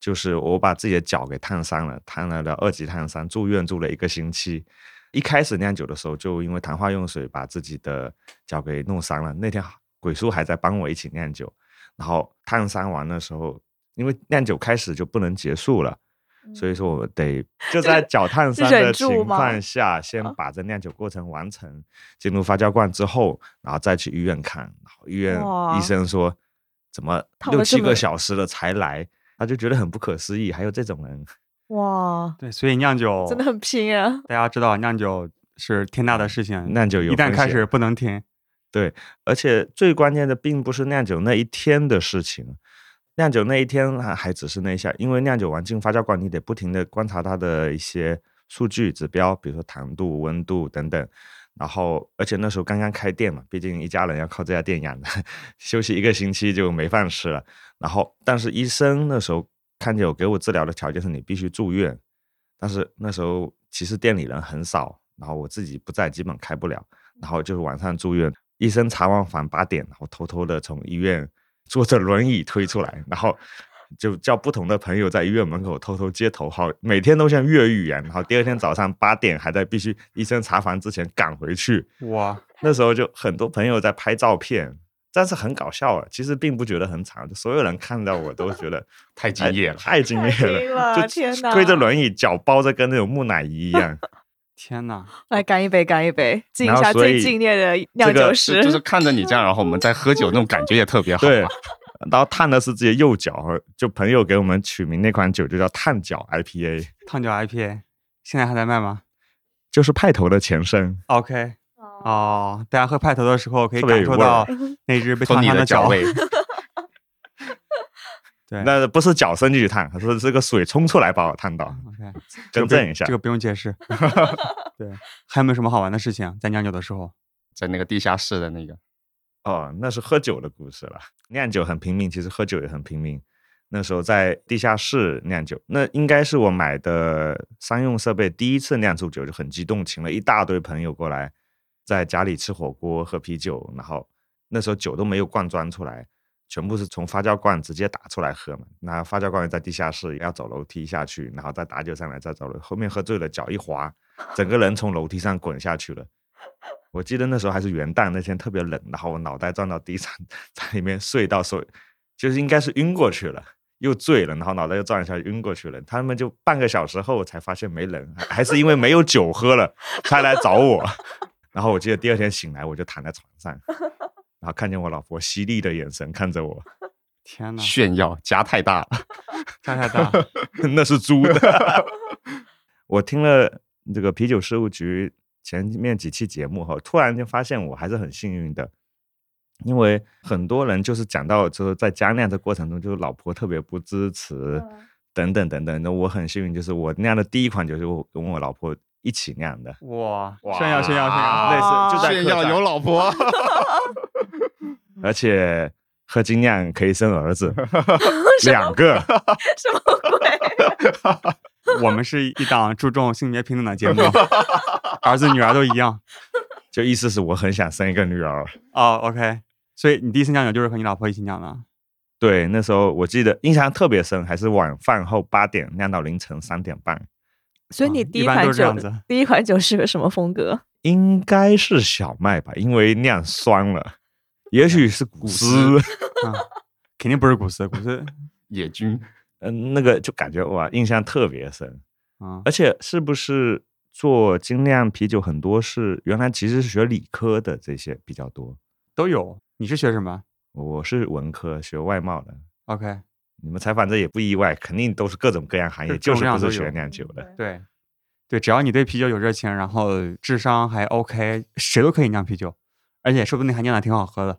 Speaker 4: 就是我把自己的脚给烫伤了，烫了了二级烫伤，住院住了一个星期。一开始酿酒的时候，就因为昙花用水把自己的脚给弄伤了。那天鬼叔还在帮我一起酿酒，然后烫伤完的时候，因为酿酒开始就不能结束了，
Speaker 3: 嗯
Speaker 4: 所以说我得就在脚烫伤的
Speaker 3: 忍
Speaker 4: 情
Speaker 3: 住吗嗯
Speaker 4: 况下，先把这酿酒过程完成，进入发酵罐之后，然后再去医院看，然后医院
Speaker 3: 哇
Speaker 4: 医生说怎么
Speaker 3: 烫了
Speaker 4: 六
Speaker 3: 这
Speaker 4: 七
Speaker 3: 么
Speaker 4: 个小时了才来，他就觉得很不可思议，还有这种人。
Speaker 3: 哇，
Speaker 2: 对，所以酿酒
Speaker 3: 真的很拼啊！
Speaker 2: 大家知道酿酒是天大的事情，
Speaker 4: 酿酒有
Speaker 2: 一旦
Speaker 4: 风
Speaker 2: 开
Speaker 4: 险
Speaker 2: 始不能停，
Speaker 4: 而且最关键的并不是酿酒那一天的事情，酿酒那一天还还只是那一下，因为酿酒完进发酵罐，你得不停的观察它的一些数据指标，比如说糖度、温度等等。然后，而且那时候刚刚开店嘛，毕竟一家人要靠这家店养的， 休息一个星期就没饭吃了。然后，但是医生那时候看见我给我治疗的条件是你必须住院，但是那时候其实店里人很少，然后我自己不在，基本开不了。然后就是晚上住院，医生查完房八点，然后偷偷的从医院 坐着轮椅推出来，然后就叫不同的朋友在医院门口偷偷接头号，每天都像越狱一样。然后第二天早上八点还在必须医生查房之前赶回去。
Speaker 2: 哇，
Speaker 4: 那时候就很多朋友在拍照片，但是很搞笑啊，其实并不觉得很惨，就所有人看到我都觉得
Speaker 5: 太敬
Speaker 4: 哎
Speaker 5: 业了
Speaker 4: 太敬业
Speaker 3: 太拼了
Speaker 4: 了，就
Speaker 3: 天哪
Speaker 4: 推着轮椅，脚包着跟那种木乃伊一样。
Speaker 2: 天 呐，
Speaker 3: 来干一杯，干一杯，敬一
Speaker 4: 然后
Speaker 3: 下
Speaker 4: 所
Speaker 3: 最
Speaker 4: 以
Speaker 3: 敬业的
Speaker 4: 这
Speaker 3: 酿
Speaker 4: 个
Speaker 3: 酒
Speaker 4: 就
Speaker 5: 就
Speaker 3: 师。
Speaker 5: 就是看着你这样，然后我们在喝酒那种感觉也特别好
Speaker 4: 对
Speaker 5: 嘛。，
Speaker 4: 然后烫的是自己的右脚，就朋友给我们取名那款酒就叫烫脚 IPA，
Speaker 2: 烫酒 IPA 现在还在卖吗
Speaker 4: 就是派头的前身。
Speaker 2: ？OK，哦，大家喝派头的时候可以
Speaker 4: 特
Speaker 2: 感
Speaker 4: 别有
Speaker 2: 受
Speaker 4: 味儿
Speaker 2: 到那只被
Speaker 5: 托
Speaker 2: 烫
Speaker 5: 你
Speaker 2: 伤
Speaker 5: 的
Speaker 2: 脚
Speaker 5: 脚。味，
Speaker 2: 对，
Speaker 4: 那不是脚伸进去烫，是这个水冲出来把我烫到。
Speaker 2: OK，这个
Speaker 4: 更
Speaker 2: 不用
Speaker 4: 正一下
Speaker 2: 这个不用解 释。 对，还有没有什么好玩的事情啊在酿酒的时候？
Speaker 5: 在那个地下室的那个，
Speaker 4: 哦，那是喝酒的故事了。酿酒很拼命，其实喝酒也很拼命。那时候在地下室酿酒，那应该是我买的商用设备第一次酿出酒，就很激动，请了一大堆朋友过来，在家里吃火锅喝啤酒，然后那时候酒都没有灌装出来，全部是从发酵罐直接打出来喝嘛。那发酵罐在地下室，要走楼梯下去，然后再打酒上来，再走楼。后面喝醉了，脚一滑，整个人从楼梯上滚下去了。我记得那时候还是元旦那天特别冷，然后我脑袋撞到地上，在里面睡到睡，就是应该是晕过去了，又醉了，然后脑袋又撞一下晕过去了。他们就半个小时后才发现没人，还还是因为没有酒喝了才来找我。 然后我记得第二天醒来，我就躺在床上，然后看见我老婆犀利的眼神看着我，
Speaker 2: 天呐，
Speaker 5: 炫耀家太大了，
Speaker 2: 太太大
Speaker 4: 那是猪的。 我听了这个啤酒事务局前面几期节目后，突然间发现我还是很幸运的，因为很多人就是讲到就是在加酿这过程中，就是老婆特别不支持，等等等等。那我很幸运，就是我酿的第一款酒就是我跟我老婆一起酿的，
Speaker 2: 哇！
Speaker 5: 哇
Speaker 2: 炫耀炫耀炫耀！
Speaker 4: 类
Speaker 2: 类似
Speaker 4: 似就在
Speaker 5: 炫
Speaker 4: 客
Speaker 5: 耀
Speaker 4: 栈
Speaker 5: 有老婆，
Speaker 4: 而且喝精酿可以生儿子，两个。
Speaker 3: 什么鬼？
Speaker 2: 我们是一档注重性别平等的 节目，儿子女儿都一样。
Speaker 4: 就意思是我很想生一个女儿。
Speaker 2: 哦，OK，所以你第一次酿酒就是和你老婆一起酿的。啊
Speaker 4: 对，那时候我记得印象特别深，还是晚饭后八点酿到凌晨三点半。
Speaker 3: 所以你
Speaker 2: 啊
Speaker 3: 第
Speaker 2: 一般
Speaker 3: 款
Speaker 2: 都是这
Speaker 3: 酒
Speaker 2: 样子，
Speaker 3: 第一款酒是个什么风格？
Speaker 4: 应该是小麦吧，因为酿酸了，也 许是古
Speaker 5: 斯
Speaker 4: 斯，
Speaker 2: 啊， 肯定不是古斯，古斯
Speaker 5: 野哎菌
Speaker 4: 嗯，那个就感觉哇，印象特别深。
Speaker 2: 啊
Speaker 4: 而且是不是做精酿啤酒很多是原来其实是学理科的这些比较多，
Speaker 2: 都有。你是学什么
Speaker 4: 我是文科学外贸的。
Speaker 2: ？OK，
Speaker 4: 你们采访这也不意外，肯定都是各种各样行业，
Speaker 2: 各
Speaker 4: 就
Speaker 2: 种
Speaker 4: 是不
Speaker 2: 样
Speaker 4: 是
Speaker 2: 都
Speaker 4: 学
Speaker 2: 有
Speaker 4: 酿酒的。
Speaker 2: 对对，只要你对啤酒有热情，然后智商还 OK，谁都可以酿啤酒，而且说不定还酿的挺好喝的。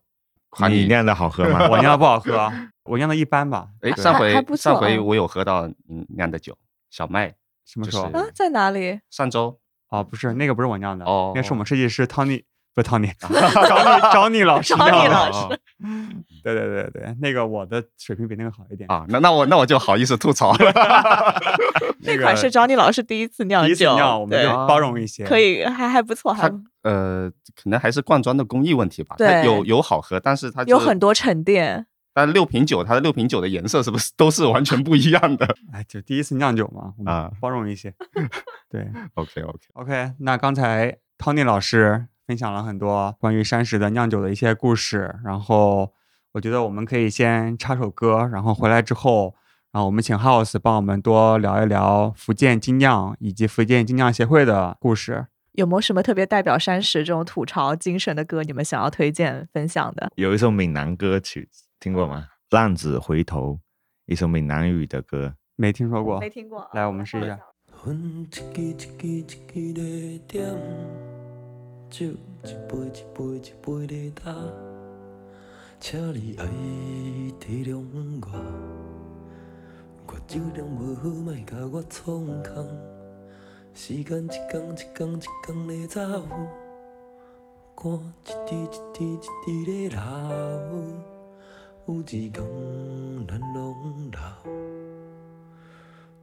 Speaker 5: 夸
Speaker 4: 你酿的好喝 吗？
Speaker 2: 我酿的不好喝啊，我酿的一般吧。
Speaker 5: 哎，
Speaker 2: 对
Speaker 5: 上
Speaker 3: 还还
Speaker 5: 回
Speaker 3: 不错
Speaker 5: 上回
Speaker 3: 嗯
Speaker 5: 我有喝到您酿的酒，小麦，
Speaker 2: 什么
Speaker 5: 就
Speaker 2: 时候
Speaker 5: 是？
Speaker 3: 啊，在哪里？
Speaker 5: 上周
Speaker 2: 哦，不是，那个不是我酿的，
Speaker 5: 哦
Speaker 2: 那是我们设计师 Tony，不是 Tony，找你找你老师
Speaker 3: 找你
Speaker 2: 酿
Speaker 3: 老
Speaker 2: 的。
Speaker 3: 师
Speaker 5: 哦
Speaker 2: 对对对对，那个我的水平比那个好一点。
Speaker 5: 啊，那那我那我就好意思吐槽了。
Speaker 3: 那款是 Johnny 老师第一次酿
Speaker 2: 第一次
Speaker 3: 酒，
Speaker 2: 酿，我们
Speaker 3: 对
Speaker 2: 就包
Speaker 5: 哦
Speaker 2: 容一些。
Speaker 3: 可。以，还还不错，还
Speaker 5: 它呃，可能还是罐装的工艺问题吧。它
Speaker 3: 对
Speaker 5: 有有好喝，但是它
Speaker 3: 有
Speaker 5: 就
Speaker 3: 很，多沉淀。
Speaker 5: 但六瓶酒它的六瓶酒的颜色是不是 都是完全不一样的
Speaker 2: 哎，就第一次酿酒嘛，我们
Speaker 5: 啊
Speaker 2: 包容 一些。对
Speaker 5: ？OK OK，
Speaker 2: ，OK，那刚才 Tony 老师分享了很多关于山石的酿酒的一些故事，然后我觉得我们可以先插首歌，然后回来之后，然后我们请 House 帮我们多聊一聊福建精酿以及福建精酿协会的故事。
Speaker 3: 有没有什么特别代表山石这种吐槽精神的歌，你们想要推荐分享的？
Speaker 4: 有一首闽南歌曲，听过吗？《浪子回头》，一首闽南语的歌。
Speaker 2: 没听说过，
Speaker 3: 听过
Speaker 2: 来我们试一下。
Speaker 1: 烟一支一支一支咧点，酒一杯一杯一杯咧干，请你爱体谅我，我酒量无好，莫甲我创空。时间一天一天一天咧走，汗一滴一滴一滴咧流，有一天咱拢老。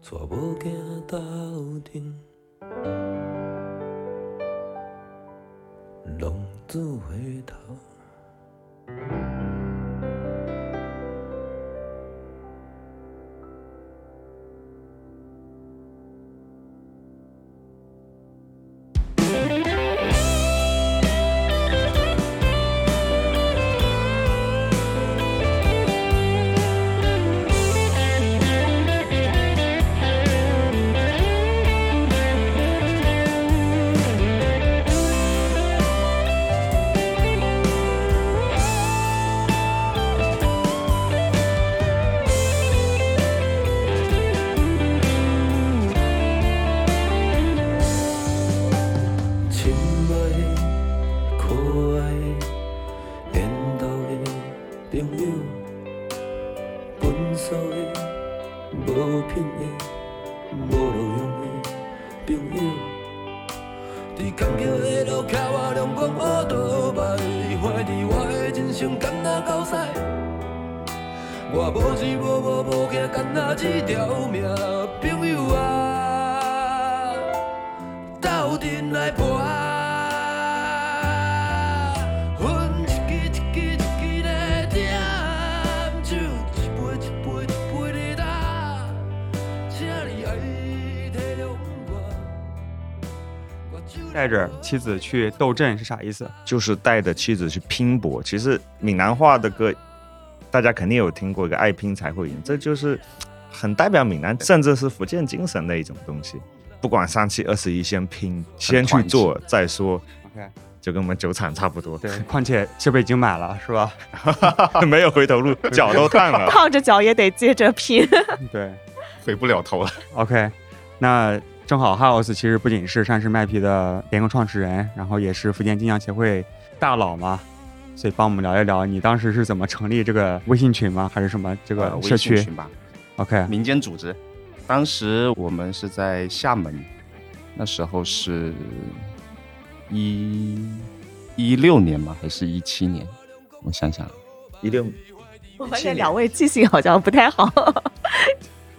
Speaker 1: 娶某囝斗阵，浪子回头。亲爱的、可爱的、缘投的朋友，分手的、无品的、无路用的朋友，伫坎坷的路口我亮光乌倒摆，怀疑我的人生敢若狗屎。我无钱无无无行，干那一条命，朋友啊！斗阵来搏。烟一支一支一支在点，酒一杯一杯一杯在干，请你爱体谅我。我酒量
Speaker 2: 带着妻子去斗阵是啥意思？
Speaker 4: 就是带着妻子去拼搏。其实闽南话的歌，大家肯定有听过一个“爱拼才会赢”，这就是很代表闽南，甚至是福建精神的一种东西。不管三七二十一，先拼，先去
Speaker 5: 团结
Speaker 4: 做再说。
Speaker 2: OK
Speaker 4: 就跟我们酒厂差不多，
Speaker 2: 对，况且设备已经买了，是吧？
Speaker 4: 没有回头路，脚都烫 了。
Speaker 3: 烫着脚也得接着拼。
Speaker 2: 对
Speaker 5: 回不了头了。
Speaker 2: ，OK，那正好 House 其实不仅是山石麦皮的联合创始人，然后也是福建精酿协会大佬嘛，所以帮我们聊一聊你当时是怎么成立这个微信群吗？还是什么这
Speaker 5: 呃
Speaker 2: 个
Speaker 5: 微
Speaker 2: 社
Speaker 5: 信
Speaker 2: 区、
Speaker 5: 群吧，
Speaker 2: o k
Speaker 5: 民间组织。当时我们是在厦门，那时候是一一六年吧，还是一七年？我想想，
Speaker 4: 一六
Speaker 3: 我发现两位记性好像不太 好，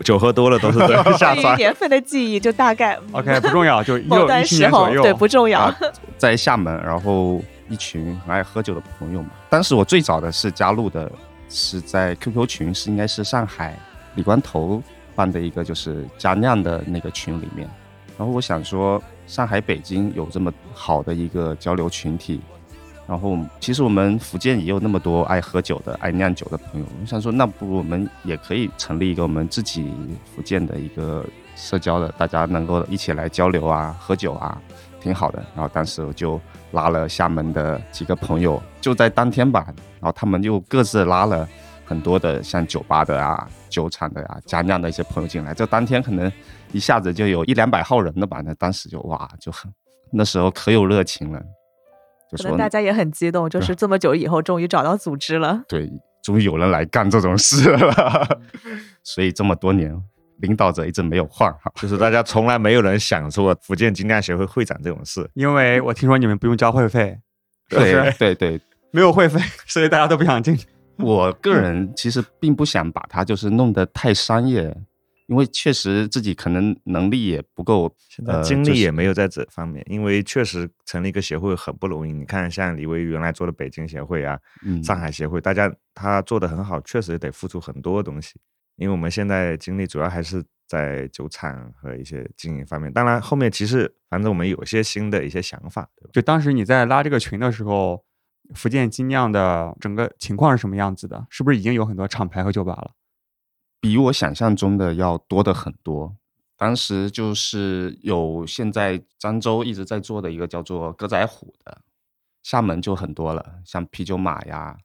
Speaker 4: 酒喝多了都是这样下
Speaker 3: 对于
Speaker 4: 川。
Speaker 3: 年份的记忆就大概嗯
Speaker 2: OK 不重要，就一
Speaker 3: 某
Speaker 2: 六
Speaker 3: 段
Speaker 2: 一七
Speaker 3: 时
Speaker 2: 年
Speaker 3: 候
Speaker 2: 左右，
Speaker 3: 对不重要
Speaker 5: 啊。在厦门，然后一群很爱喝酒的朋友嘛。当时我最早的是加入的是在 QQ 群，是应该是上海李光头办的一个就是加酿的那个群里面。然后我想说，上海、北京有这么好的一个交流群体，然后其实我们福建也有那么多爱喝酒的、爱酿酒的朋友。我想说，那不如我们也可以成立一个我们自己福建的一个社交的，大家能够一起来交流啊、喝酒啊，挺好的。然后当时我就拉了厦门的几个朋友，就在当天吧，然后他们就各自拉了很多的像酒吧的啊、酒厂的啊、家酿的一些朋友进来，就当天可能一下子就有一两百号人了吧。那当时就哇，就很那时候可有热情了。就
Speaker 3: 可
Speaker 5: 说
Speaker 3: 能大家也很激动，就是这么久以后终于找到组织了。
Speaker 5: 对，终于有人来干这种事了。
Speaker 4: 嗯
Speaker 5: 所以这么多年，领导者一直没有换 哈。
Speaker 4: 就是大家从来没有人想说福建精酿协会会长这种事，
Speaker 2: 因为我听说你们不用交会费，是不
Speaker 5: 对
Speaker 2: 是？
Speaker 5: 对对，
Speaker 2: 没有会费，所以大家都不想进。
Speaker 5: 我个人其实并不想把它就是弄得太商业，因为确实自己可能能力也不够，
Speaker 4: 现在
Speaker 5: 呃
Speaker 4: 精
Speaker 5: 就
Speaker 4: 力
Speaker 5: 是
Speaker 4: 也没有在这方面，因为确实成立一个协会很不容易。你看，像李威原来做的北京协会啊，
Speaker 5: 嗯
Speaker 4: 上海协会，大家他做的很好，确实得付出很多东西。因为我们现在精力主要还是在酒厂和一些经营方面，当然后面其实反正我们有一些新的一些想法，对吧？
Speaker 2: 就当时你在拉这个群的时候，福建精酿的整个情况是什么样子的？是不是已经有很多厂牌和酒吧了？
Speaker 5: 比我想象中的要多得很多。当时就是有现在漳州一直在做的一个叫做歌仔虎的，厦门就很多了，像啤酒马呀，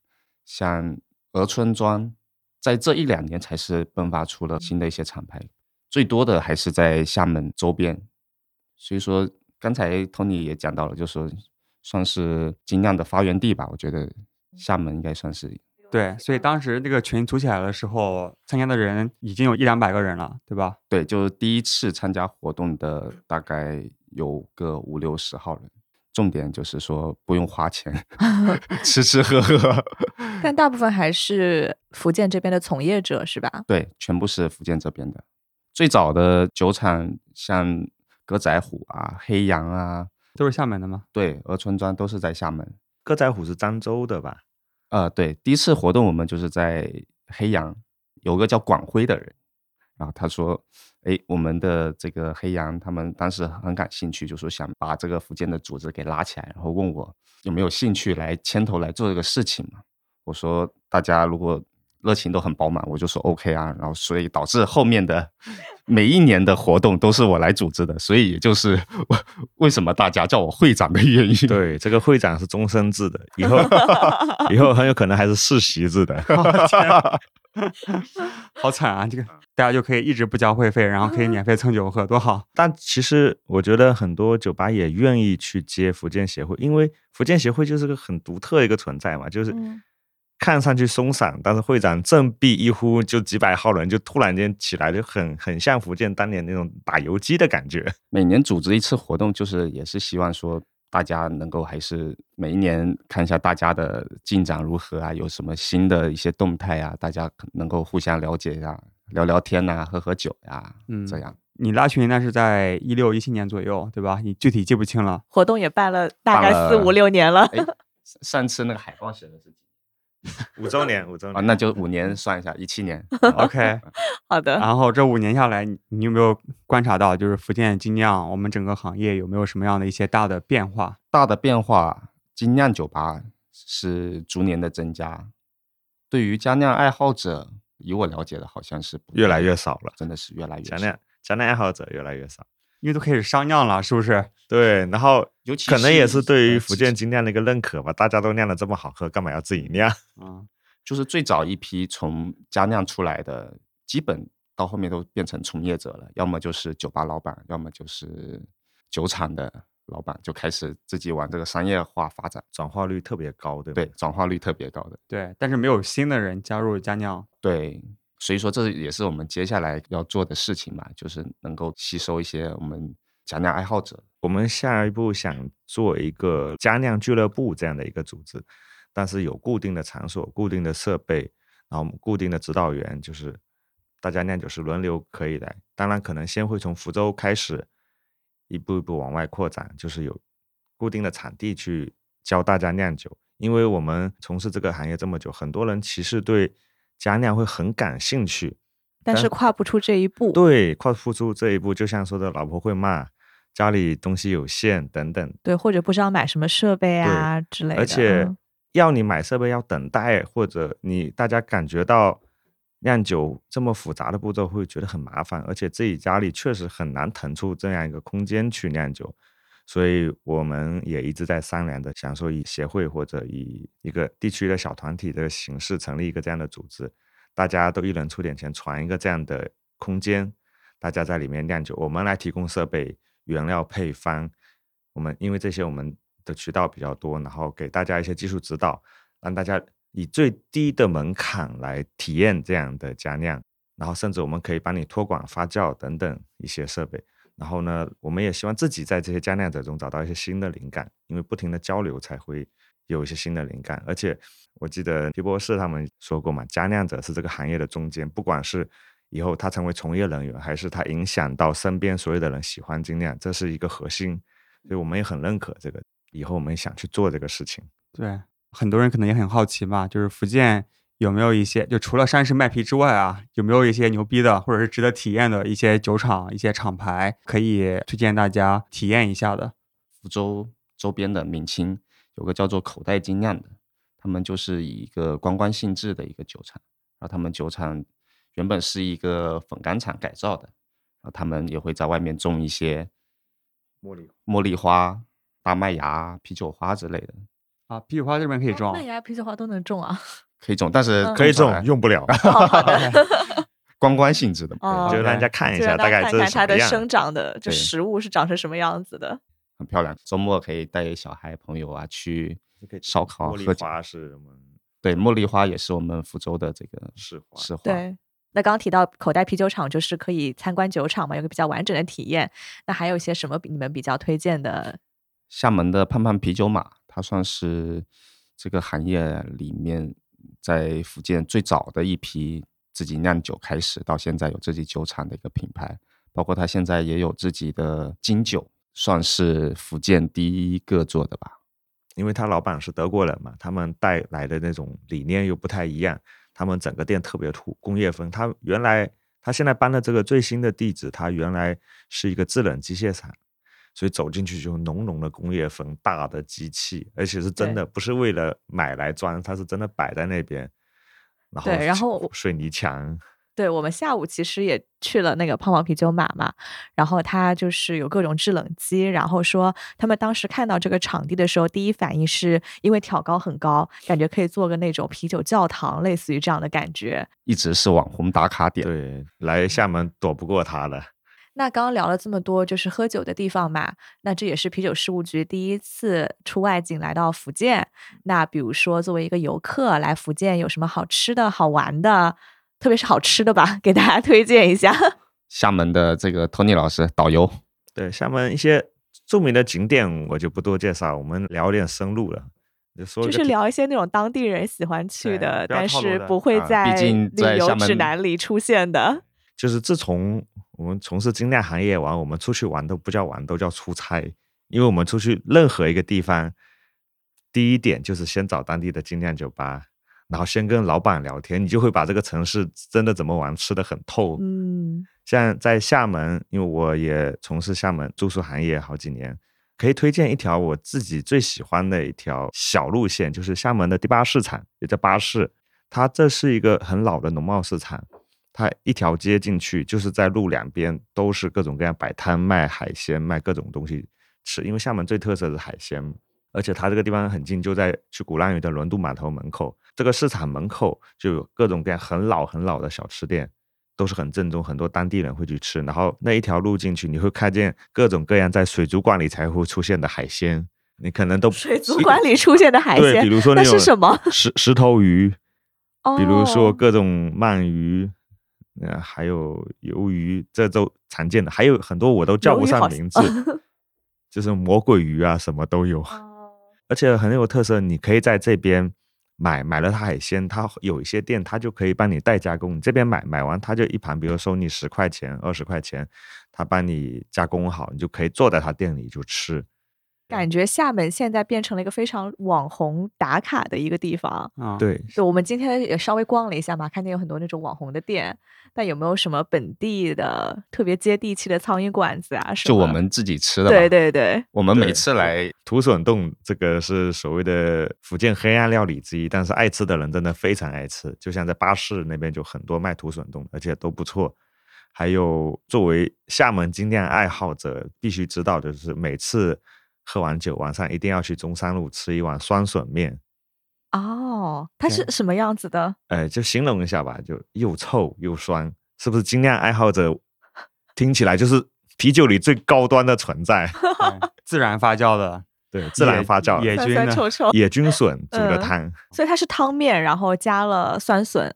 Speaker 5: 像鹅村庄，在这一两年才是迸发出了新的一些厂牌，最多的还是在厦门周边。所以说，刚才 Tony 也讲到了，就说算是精酿的发源地吧，我觉得厦门应该算是
Speaker 2: 对，所以当时这个群组起来的时候，参加的人已经有一两百个人了，对吧？
Speaker 5: 对，就是第一次参加活动的大概有个五六十号人。重点就是说不用花钱，吃吃喝喝，
Speaker 3: 但大部分还是福建这边的从业者，是吧？
Speaker 5: 对，全部是福建这边的。最早的酒厂像歌仔虎啊、黑羊啊，
Speaker 2: 都是厦门的吗？
Speaker 5: 对，鹅村庄都是在厦门。
Speaker 4: 歌仔虎是漳州的 吧？
Speaker 5: 呃，对，第一次活动我们就是在黑羊，有个叫广辉的人，然后他说，哎，我们的这个黑羊，他们当时很感兴趣，就说想把这个福建的组织给拉起来，然后问我有没有兴趣来牵头来做这个事情嘛。我说大家如果热情都很饱满，我就说 OK 啊，然后所以导致后面的每一年的活动都是我来组织的，所以也就是 我为什么大家叫我会长的原因。
Speaker 4: 对，这个会长是终身制的， 以后以后很有可能还是世袭制的。
Speaker 2: 好惨啊！这个大家就可以一直不交会费，然后可以免费蹭酒喝，多好！
Speaker 4: 但其实我觉得很多酒吧也愿意去接福建协会，因为福建协会就是个很独特的一个存在嘛，就是
Speaker 3: 嗯
Speaker 4: 看上去松散，但是会长振臂一呼，就几百号人就突然间起来，就很很像福建当年那种打游击的感觉。
Speaker 5: 每年组织一次活动，就是也是希望说大家能够还是每一年看一下大家的进展如何啊，有什么新的一些动态啊，大家可能够互相了解呀、聊聊天呐、喝喝酒呀、
Speaker 2: 嗯
Speaker 5: 这样
Speaker 2: 你拉群那是在一六一七年左右，对吧？你具体记不清了。
Speaker 3: 活动也办了大概
Speaker 5: 办了
Speaker 3: 四五六年了，
Speaker 5: 哎，上次那个海报写的是几
Speaker 4: 五周年，五周
Speaker 5: 啊？
Speaker 4: 年，
Speaker 5: 那就五年算一下，一 七年。
Speaker 2: OK，
Speaker 3: 好的，
Speaker 2: 然后这五年下来，你你有没有观察到，就是福建精酿我们整个行业有没有什么样的一些大的变化？
Speaker 5: 大的变化，精酿酒吧是逐年的增加。对于佳酿爱好者，以我了解的，好像是不
Speaker 4: 越来越少了
Speaker 5: 真的是越来越少。
Speaker 4: 讲讲讲讲爱好者越来越少。
Speaker 2: 因为都开始商酿了，是不是？
Speaker 4: 对，然后
Speaker 5: 尤其
Speaker 4: 可能也
Speaker 5: 是
Speaker 4: 是对于
Speaker 5: 呃
Speaker 4: 福
Speaker 5: 自
Speaker 4: 建
Speaker 5: 己
Speaker 4: 精酿的一个认可吧，大家都酿的这么好喝，干嘛要自己酿？
Speaker 2: 嗯，
Speaker 5: 就是最早一批从家酿出来的，基本到后面都变成从业者了，要么就是酒吧老板，要么就是酒厂的老板，就开始自己往这个商业化发展。
Speaker 4: 转化率特别高，对吧
Speaker 5: 对，转化率特别高的。
Speaker 2: 对。但是没有新的人加入佳酿，
Speaker 5: 对，所以说这也是我们接下来要做的事情嘛，就是能够吸收一些我们家酿爱好者。
Speaker 4: 我们下一步想做一个家酿俱乐部这样的一个组织，但是有固定的场所、固定的设备，然后我们固定的指导员，就是大家酿酒师轮流可以来。当然，可能先会从福州开始，一步一步往外扩展，就是有固定的场地去教大家酿酒。因为我们从事这个行业这么久，很多人其实对家酿会很感兴趣，
Speaker 3: 但是跨不出这一步。
Speaker 4: 对，跨付出这一步，就像说的，老婆会骂，家里东西有限等等，
Speaker 3: 对，或者不知道买什么设备啊之类的。
Speaker 4: 而且
Speaker 3: 嗯
Speaker 4: 要你买设备要等待，或者你大家感觉到酿酒这么复杂的步骤会觉得很麻烦，而且自己家里确实很难腾出这样一个空间去酿酒，所以我们也一直在商量着，想说以协会或者以一个地区的小团体的形式成立一个这样的组织，大家都一人出点钱，传一个这样的空间，大家在里面酿酒，我们来提供设备、原料、配方。我们因为这些我们的渠道比较多，然后给大家一些技术指导，让大家以最低的门槛来体验这样的加酿，然后甚至我们可以帮你托管、发酵等等一些设备。然后呢，我们也希望自己在这些加酿者中找到一些新的灵感，因为不停的交流才会有一些新的灵感。而且我记得皮博士他们说过嘛，加酿者是这个行业的中间，不管是以后他成为从业人员，还是他影响到身边所有的人喜欢精酿，这是一个核心。所以我们也很认可这个，以后我们也想去做这个事情。
Speaker 2: 对，很多人可能也很好奇嘛，就是福建有没有一些，就除了山式麦皮之外啊，有没有一些牛逼的或者是值得体验的一些酒厂、一些厂牌可以推荐大家体验一下的？
Speaker 5: 福州周边的闽清有个叫做口袋精酿的，他们就是以一个观光性质的一个酒厂，然后他们酒厂原本是一个粉干厂改造的，然后他们也会在外面种一些
Speaker 4: 茉莉，
Speaker 5: 茉莉花、大麦芽、啤酒花之类的，
Speaker 2: 啊，啤酒花这边可以种
Speaker 3: 麦，芽、啤酒花都能种 啊。
Speaker 5: 可以种，但是
Speaker 3: 嗯
Speaker 4: 可以这
Speaker 5: 种
Speaker 4: 种用不 了，
Speaker 5: 观光性质的。对
Speaker 3: 哦
Speaker 4: 就
Speaker 5: 就
Speaker 4: 让
Speaker 5: 是
Speaker 4: 人家看一
Speaker 3: 就
Speaker 4: 下
Speaker 3: 让
Speaker 4: 大
Speaker 3: 大家
Speaker 4: 概
Speaker 3: 看
Speaker 4: 这
Speaker 3: 看
Speaker 4: 是什
Speaker 3: 它
Speaker 4: 么
Speaker 3: 的
Speaker 4: 样
Speaker 3: 生长的，就
Speaker 5: 对
Speaker 3: 食物是长成什么样子的。
Speaker 5: 很漂亮，周末可以带小孩朋友啊去烧烤啊
Speaker 4: 茉莉
Speaker 5: 喝酒。
Speaker 4: 花是我们
Speaker 5: 对，茉莉花也是我们福州的这个
Speaker 4: 市花，
Speaker 5: 市花。
Speaker 3: 对，那刚刚提到口袋啤酒厂，就是可以参观酒厂嘛，有个比较完整的体验。那还有一些什么比你们比较推荐的？
Speaker 5: 厦门的盼盼啤酒马，它算是这个行业里面在福建最早的一批自己酿酒开始，到现在有自己酒厂的一个品牌，包括它现在也有自己的金酒，算是福建第一个做的吧。
Speaker 4: 因为他老板是德国人嘛，他们带来的那种理念又不太一样，他们整个店特别土工业风。他原来他现在搬的这个最新的地址，他原来是一个制冷机械厂，所以走进去就浓浓的工业风，大的机器，而且是真的，不是为了买来装，它是真的摆在那边。然后
Speaker 3: 对然后我
Speaker 4: 水泥墙，
Speaker 3: 对我们下午其实也去了那个胖胖啤酒马嘛，然后它就是有各种制冷机，然后说他们当时看到这个场地的时候，第一反应是因为挑高很高，感觉可以做个那种啤酒教堂，类似于这样的感觉。
Speaker 5: 一直是网红打卡点，
Speaker 4: 对，来
Speaker 3: 嗯
Speaker 4: 厦门躲不过他了。
Speaker 3: 那刚刚聊了这么多，就是喝酒的地方嘛。那这也是啤酒事务局第一次出外景来到福建。那比如说，作为一个游客来福建，有什么好吃的好玩的？特别是好吃的吧，给大家推荐一下。
Speaker 5: 厦门的这个 Tony 老师导游，
Speaker 4: 对，厦门一些著名的景点我就不多介绍，我们聊点深入了，就说
Speaker 3: 就
Speaker 4: 一个
Speaker 3: 是
Speaker 4: 挺
Speaker 3: 聊一些那种当地人喜欢去
Speaker 2: 对
Speaker 3: 的，
Speaker 2: 不要
Speaker 3: 但
Speaker 2: 套路
Speaker 3: 是
Speaker 2: 的
Speaker 3: 不会
Speaker 5: 啊毕
Speaker 3: 在
Speaker 5: 竟在
Speaker 3: 旅游
Speaker 5: 厦
Speaker 3: 指
Speaker 5: 门
Speaker 3: 南里出现的。
Speaker 4: 就是自从我们从事精酿行业完，我们出去玩都不叫玩，都叫出差。因为我们出去任何一个地方，第一点就是先找当地的精酿酒吧，然后先跟老板聊天，你就会把这个城市真的怎么玩吃得很透。
Speaker 3: 嗯，
Speaker 4: 像在厦门，因为我也从事厦门住宿行业好几年，可以推荐一条我自己最喜欢的一条小路线，就是厦门的第八市场，也叫巴士。它这是一个很老的农贸市场，它一条街进去就是在路两边都是各种各样摆摊卖海鲜，卖各种东西吃。因为厦门最特色是海鲜嘛，而且它这个地方很近，就在去鼓浪屿的轮渡码头门口。这个市场门口就有各种各样很老很老的小吃店，都是很正宗，很多当地人会去吃。然后那一条路进去，你会看见各种各样在水族馆里才会出现的海鲜，你可能都
Speaker 3: 水族馆里出现的海
Speaker 4: 对，比
Speaker 3: 鲜，
Speaker 4: 如说
Speaker 3: 那
Speaker 4: 种
Speaker 3: 是什么？
Speaker 4: 石石头鱼，比如说
Speaker 3: 哦
Speaker 4: 各种鳗鱼，呃，还有鱿鱼，这都常见的，还有很多我都叫
Speaker 3: 鱿
Speaker 4: 不
Speaker 3: 鱼
Speaker 4: 上
Speaker 3: 好
Speaker 4: 名字
Speaker 3: 像，
Speaker 4: 就是魔鬼鱼啊，什么都有，
Speaker 3: 哦
Speaker 4: 而且很有特色。你可以在这边买，买了它海鲜，它有一些店它就可以帮你代加工，你这边买买完，它就一盘，比如收你十块钱、二十块钱，它帮你加工好，你就可以坐在它店里就吃。
Speaker 3: 感觉厦门现在变成了一个非常网红打卡的一个地方。
Speaker 2: 啊，，
Speaker 4: 对，
Speaker 3: 就我们今天也稍微逛了一下嘛，看见有很多那种网红的店，但有没有什么本地的特别接地气的苍蝇馆子啊？什
Speaker 5: 就我
Speaker 3: 么
Speaker 5: 们自己吃的嘛。
Speaker 3: 对对对，
Speaker 5: 我们每
Speaker 4: 对
Speaker 5: 次来
Speaker 4: 土笋冻这个是所谓的福建黑暗料理之一，但是爱吃的人真的非常爱吃。就像在巴士那边就很多卖土笋冻，而且都不错。还有作为厦门精酿爱好者，必须知道就是每次喝完酒晚上一定要去中山路吃一碗酸笋面。
Speaker 3: 哦，它
Speaker 4: 对
Speaker 3: 是什么样子的？
Speaker 4: 呃，就形容一下吧，就又臭又酸，是不是精酿爱好者听起来就是啤酒里最高端的存在？
Speaker 2: 对自然发酵的，
Speaker 4: 对，自然
Speaker 2: 野
Speaker 4: 发酵的
Speaker 2: 野
Speaker 3: 酸
Speaker 2: 菌
Speaker 3: 酸
Speaker 2: 呢
Speaker 3: 臭臭，
Speaker 4: 野菌笋煮的
Speaker 3: 嗯
Speaker 4: 汤。
Speaker 3: 所以它是汤面，然后加了酸笋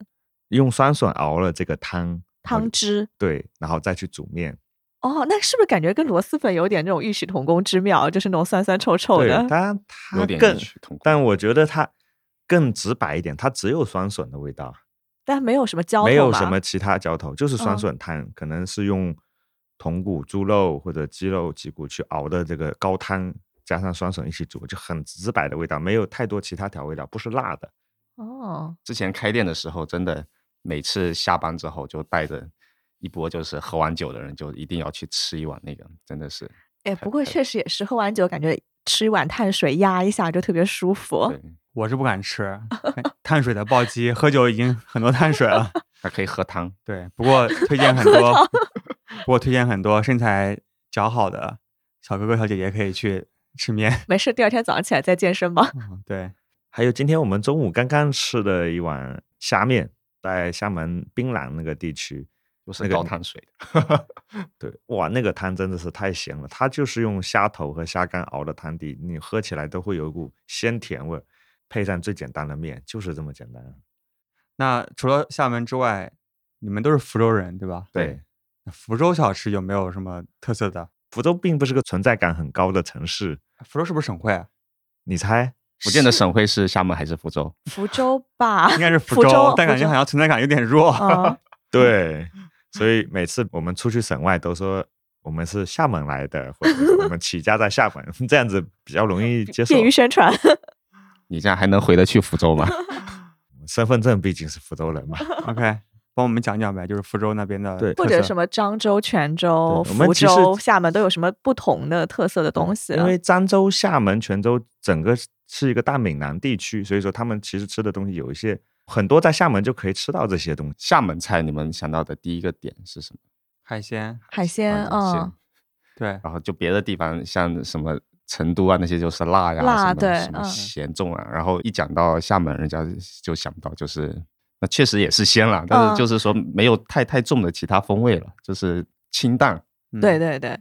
Speaker 4: 用酸笋熬了这个汤，然后
Speaker 3: 汤汁。
Speaker 4: 对，然后再去煮面。
Speaker 3: 哦，那是不是感觉跟螺蛳粉有点那种异曲同工之妙？就是那种酸酸臭臭
Speaker 4: 对，
Speaker 3: 的。
Speaker 4: 它
Speaker 5: 有
Speaker 4: 它
Speaker 5: 点
Speaker 4: 更
Speaker 5: 异，曲同工，
Speaker 4: 但我觉得它更直白一点，它只有酸笋的味道，
Speaker 3: 但没有什么浇头
Speaker 4: 没有什
Speaker 3: 嘛
Speaker 4: 么其他浇头，就是酸
Speaker 3: 嗯
Speaker 4: 笋汤，可能是用筒骨、猪肉或者鸡肉、脊骨去熬的这个高汤，加上酸笋一起煮，就很直白的味道，没有太多其他调味料，不是辣的。
Speaker 3: 哦，
Speaker 5: 之前开店的时候，真的每次下班之后就带着一波就是喝完酒的人，就一定要去吃一碗那个，真的是
Speaker 3: 哎，
Speaker 5: 太
Speaker 3: 不过
Speaker 5: 太
Speaker 3: 确实也是，喝完酒感觉吃一碗碳水压一下就特别舒服
Speaker 5: 对。，
Speaker 2: 我是不敢吃哎碳水的暴击，喝酒已经很多碳水了。
Speaker 5: 还可以喝汤。
Speaker 2: 对，不过推荐很多，不过推荐很多身材较好的小哥哥小姐姐可以去吃面。
Speaker 3: 没事，第二天早上起来再健身吧。
Speaker 2: 嗯，对，
Speaker 4: 还有今天我们中午刚刚吃的一碗虾面，在厦门槟榔那个地区，那
Speaker 5: 又是
Speaker 4: 个
Speaker 5: 高碳水的，
Speaker 4: 对，哇，那个汤真的是太咸了，它就是用虾头和虾干熬的汤底，你喝起来都会有一股鲜甜味儿，配上最简单的面，就是这么简单。啊
Speaker 2: 那除了厦门之外，你们都是福州人对吧？
Speaker 5: 对，
Speaker 2: 那福州小吃有没有什么特色的？
Speaker 4: 福州并不是个存在感很高的城市，
Speaker 2: 福州是不是省会啊？
Speaker 4: 你
Speaker 3: 嗯
Speaker 4: 猜？
Speaker 5: 福建的
Speaker 3: 是
Speaker 5: 省会是厦门还是福州？
Speaker 3: 福州 吧，
Speaker 2: 应该是
Speaker 3: 福
Speaker 2: 福
Speaker 3: 州
Speaker 2: 但
Speaker 3: 福
Speaker 2: 感觉
Speaker 3: 州
Speaker 2: 好像存在感有点弱。
Speaker 3: 嗯，
Speaker 4: 对，所以每次我们出去省外都说我们是厦门来的，或者是我们起家在厦门， 这样子比较容易接受
Speaker 3: 便。于宣传。
Speaker 5: 你这样还能回得去福州吗？
Speaker 4: 身份证毕竟是福州人嘛，
Speaker 2: OK，帮我们讲讲呗，就是福州那边的
Speaker 4: 对
Speaker 3: 或 者什
Speaker 2: 么
Speaker 3: 么漳州、泉州、
Speaker 4: 对我们
Speaker 3: 福
Speaker 4: 其实
Speaker 3: 州、厦门都有什么不同的特色的东西？
Speaker 4: 因为漳州、厦门、泉州整个是是一个大闽南地区，所以说他们其实吃的东西有一些很多在厦门就可以吃到这些东西。
Speaker 5: 厦门菜你们想到的第一个点是什么？啊
Speaker 2: 海鲜？
Speaker 3: 海鲜，
Speaker 5: 螃蟹
Speaker 3: 嗯，
Speaker 4: 啊
Speaker 2: 对，
Speaker 5: 然后就别的地方像什么成都啊那些就是辣呀，
Speaker 3: 辣
Speaker 5: 什么
Speaker 3: 对
Speaker 5: 什么
Speaker 3: 嗯
Speaker 5: 咸重啊。然后一讲到厦门，人家就想到就是那确实也是鲜啦，但
Speaker 3: 嗯
Speaker 5: 是就是说没有太太重的其他风味了，就是清淡。
Speaker 2: 嗯
Speaker 3: 对对对，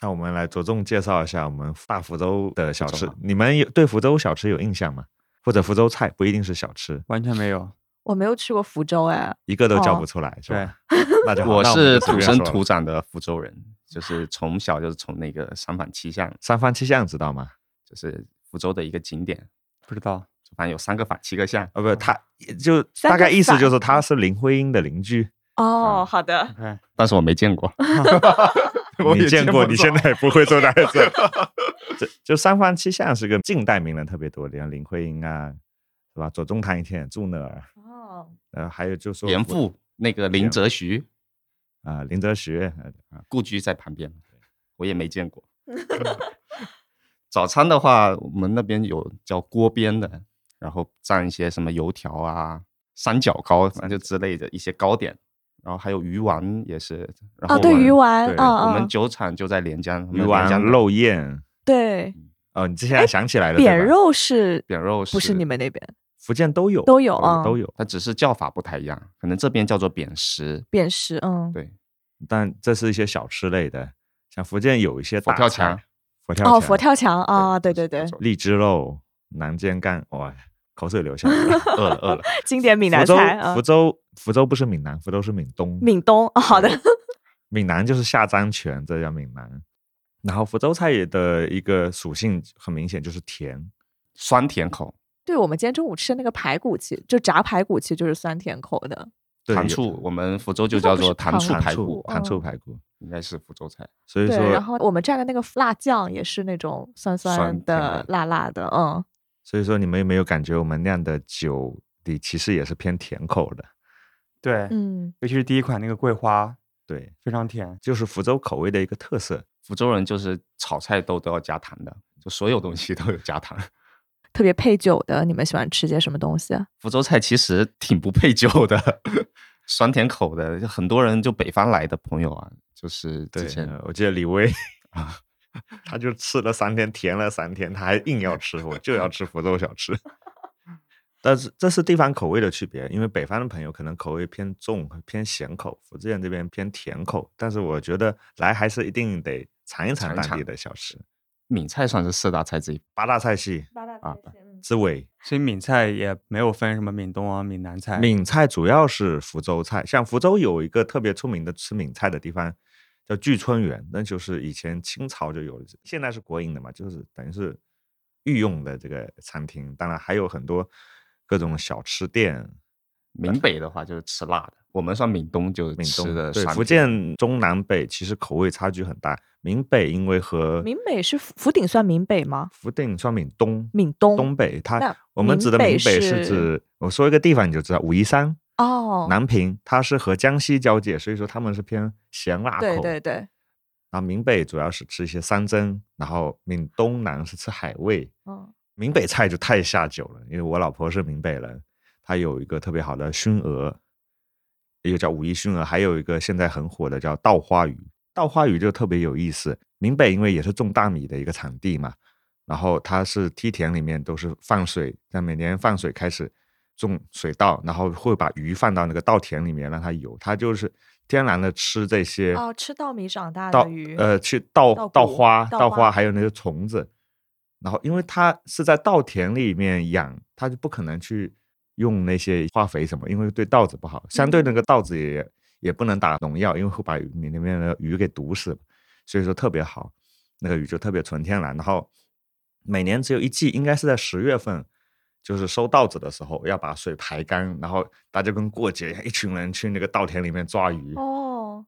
Speaker 4: 那我们来着重介绍一下我们大福州的小
Speaker 5: 福州
Speaker 4: 吃
Speaker 5: 嘛。
Speaker 4: 你们有对福州小吃有印象吗？或者福州菜不一定是小吃，
Speaker 2: 完全没有。
Speaker 3: 我没有去过福州，哎，
Speaker 4: 一个都叫
Speaker 3: 哦
Speaker 4: 不出来，是
Speaker 2: 对
Speaker 4: 吧？那 就好
Speaker 5: 我
Speaker 4: 那们
Speaker 5: 是
Speaker 4: 就随
Speaker 5: 土
Speaker 4: 便
Speaker 5: 生
Speaker 4: 说了
Speaker 5: 土长的福州人， 就是从小就是从那个三坊七巷，
Speaker 4: 三坊七巷，知道吗？
Speaker 5: 就是福州的一个景点，
Speaker 2: 不知道。
Speaker 5: 反正有三个坊七个巷。
Speaker 4: 呃，不，他就
Speaker 3: 哦三
Speaker 4: 大概
Speaker 3: 个嗯
Speaker 4: 意思就
Speaker 3: 坊
Speaker 4: 是他是林徽因的邻居，嗯
Speaker 3: 哦，好的，
Speaker 2: OK，
Speaker 5: 但是我没 见过， 我
Speaker 4: 你
Speaker 5: 也
Speaker 4: 见
Speaker 5: 见
Speaker 4: 过，
Speaker 5: 不
Speaker 4: 你现
Speaker 5: 着
Speaker 4: 在也不会做那一次。这就三坊七巷是个近代名人特别多的，像林徽因啊，是吧？左宗棠以前也住那儿，
Speaker 3: 哦，
Speaker 4: 呃，还有就说
Speaker 5: 严
Speaker 4: 福
Speaker 5: 复那个林则徐
Speaker 4: 啊、林则徐，呃
Speaker 5: 啊，故居在旁边，我也没 见过。早餐的话，我们那边有叫锅边的，然后蘸一些什么油条啊、三角糕，反正就之类的一些糕点，然后还有鱼丸也是。然后
Speaker 3: 哦，对，
Speaker 5: 我们
Speaker 3: 鱼丸，
Speaker 4: 对
Speaker 3: 嗯
Speaker 5: 我们
Speaker 3: 嗯，
Speaker 5: 酒厂就在连江，
Speaker 4: 鱼丸、
Speaker 5: 肉。
Speaker 4: 肉燕，
Speaker 3: 对，
Speaker 4: 哎哦，你这现在想起来
Speaker 3: 哎
Speaker 4: 了，
Speaker 3: 扁
Speaker 4: 对吧
Speaker 3: 肉是
Speaker 5: 扁肉
Speaker 3: 不是你们那边
Speaker 4: 福建都有，哦
Speaker 3: 都有啊
Speaker 4: 都有，
Speaker 5: 它只是叫法不太一样，可能这边叫做扁食，
Speaker 3: 扁食？嗯，
Speaker 5: 对，
Speaker 4: 但这是一些小吃类的，像福建有一些
Speaker 5: 佛
Speaker 4: 大
Speaker 5: 跳
Speaker 4: 菜
Speaker 5: 墙，
Speaker 4: 佛跳
Speaker 3: 哦，佛
Speaker 4: 墙、
Speaker 3: 跳墙啊，对对对，
Speaker 4: 荔枝肉、南煎干，哇，口水流下来了。
Speaker 5: 饿了饿了，
Speaker 3: 经典闽南
Speaker 4: 福州
Speaker 3: 菜，啊
Speaker 4: 福，州，福州不是闽南，福州是闽东。
Speaker 3: 闽东，啊好的，
Speaker 4: 闽南就是下漳泉，这叫闽南。然后福州菜也的一个属性很明显就是甜，
Speaker 5: 酸甜口，
Speaker 3: 对我们今天中午吃的那个排骨，其实就炸排骨，其实就是酸甜口的。
Speaker 4: 对
Speaker 5: 糖
Speaker 4: 有
Speaker 5: 醋，我们福州就
Speaker 3: 那
Speaker 5: 叫
Speaker 3: 不是
Speaker 5: 做糖
Speaker 3: 糖
Speaker 5: 醋
Speaker 3: 醋
Speaker 5: 排
Speaker 4: 糖
Speaker 5: 骨
Speaker 4: 醋，
Speaker 3: 哦
Speaker 4: 糖醋排骨。
Speaker 5: 应该是福州菜。
Speaker 4: 所以
Speaker 3: 对，然后
Speaker 4: 说，
Speaker 3: 我们蘸的那个辣酱也是那种酸
Speaker 5: 酸
Speaker 3: 酸
Speaker 5: 甜
Speaker 3: 的
Speaker 5: 的、
Speaker 3: 辣辣的，嗯，
Speaker 4: 所以说你们有没有感觉我们酿的酒里其实也是偏甜口的？
Speaker 2: 对，
Speaker 3: 嗯，
Speaker 2: 尤其是第一款那个桂花，
Speaker 4: 对，
Speaker 2: 非常甜。
Speaker 4: 就是福州口味的一个特色。
Speaker 5: 福州人就是炒菜都都要加糖的，就所有东西都有加糖。
Speaker 3: 特别配酒的，你们喜欢吃些什么东西？啊
Speaker 5: 福州菜其实挺不配酒的，酸甜口的，就很多人就北方来的朋友啊，就是
Speaker 4: 对
Speaker 5: 之前，
Speaker 4: 呃我记得李威啊， 他就吃了三天，甜了三天，他还硬要吃，我就要吃福州小吃。 但是这是地方口味的区别，因为北方的朋友可能口味偏重、偏咸口，福建这边偏甜口。但是我觉得来还是一定得尝一尝
Speaker 5: 尝一
Speaker 4: 当地
Speaker 5: 尝
Speaker 4: 的小吃，
Speaker 5: 闽菜算是四大菜之一
Speaker 4: 八大菜系
Speaker 3: 八大
Speaker 5: 啊，
Speaker 4: 之尾。
Speaker 2: 所以闽菜也没有分什么闽东啊、闽南菜。
Speaker 4: 闽菜主要是福州菜，像福州有一个特别出名的吃闽菜的地方，叫聚春园，那就是以前清朝就有了，现在是国营的嘛，就是等于是御用的这个餐厅。当然还有很多各种小吃店，
Speaker 5: 闽北的话就是吃辣的，我们算闽东就
Speaker 4: 闽
Speaker 5: 吃
Speaker 4: 东
Speaker 5: 的
Speaker 4: 对
Speaker 5: 酸
Speaker 4: 福
Speaker 5: 甜
Speaker 4: 建中南北其实口味差距很大，闽北因为和
Speaker 3: 闽北是福福鼎算闽北吗？
Speaker 4: 福建算闽东，
Speaker 3: 闽东
Speaker 4: 东北它
Speaker 3: 那
Speaker 4: 我们
Speaker 3: 闽
Speaker 4: 指的
Speaker 3: 北
Speaker 4: 闽
Speaker 3: 是
Speaker 4: 北是指我说一个地方你就知道，武夷山。
Speaker 3: 哦，
Speaker 4: 南平，它是和江西交界，所以说他们是偏咸辣口。
Speaker 3: 对对对，
Speaker 4: 然后闽北主要是吃一些山珍，然后闽东南是吃海味。
Speaker 3: 嗯，
Speaker 4: 闽北菜就太下酒了，因为我老婆是闽北人，她有一个特别好的熏鹅，一个叫武夷熏鹅，还有一个现在很火的叫稻花鱼。稻花鱼就特别有意思，闽北因为也是种大米的一个产地嘛，然后它是梯田里面都是放水，那每年放水开始种水稻，然后会把鱼放到那个稻田里面让它游，它就是天然的吃这些
Speaker 3: 哦，吃稻米长大
Speaker 4: 稻
Speaker 3: 的鱼，
Speaker 4: 呃，去稻
Speaker 3: 稻
Speaker 4: 稻
Speaker 3: 谷
Speaker 4: 花、
Speaker 3: 稻
Speaker 4: 稻
Speaker 3: 花
Speaker 4: 花，还有那些虫子。然后，因为它是在稻田里面养，它就不可能去用那些化肥什么，因为对稻子不好。相对那个稻子也、也不能打农药，因为会把里面的鱼给毒死，所以说特别好，那个鱼就特别纯天然。然后每年只有一季，应该是在十月份，就是收稻子的时候要把水排干，然后大家跟过节一样，一群人去那个稻田里面抓鱼。
Speaker 3: 哦，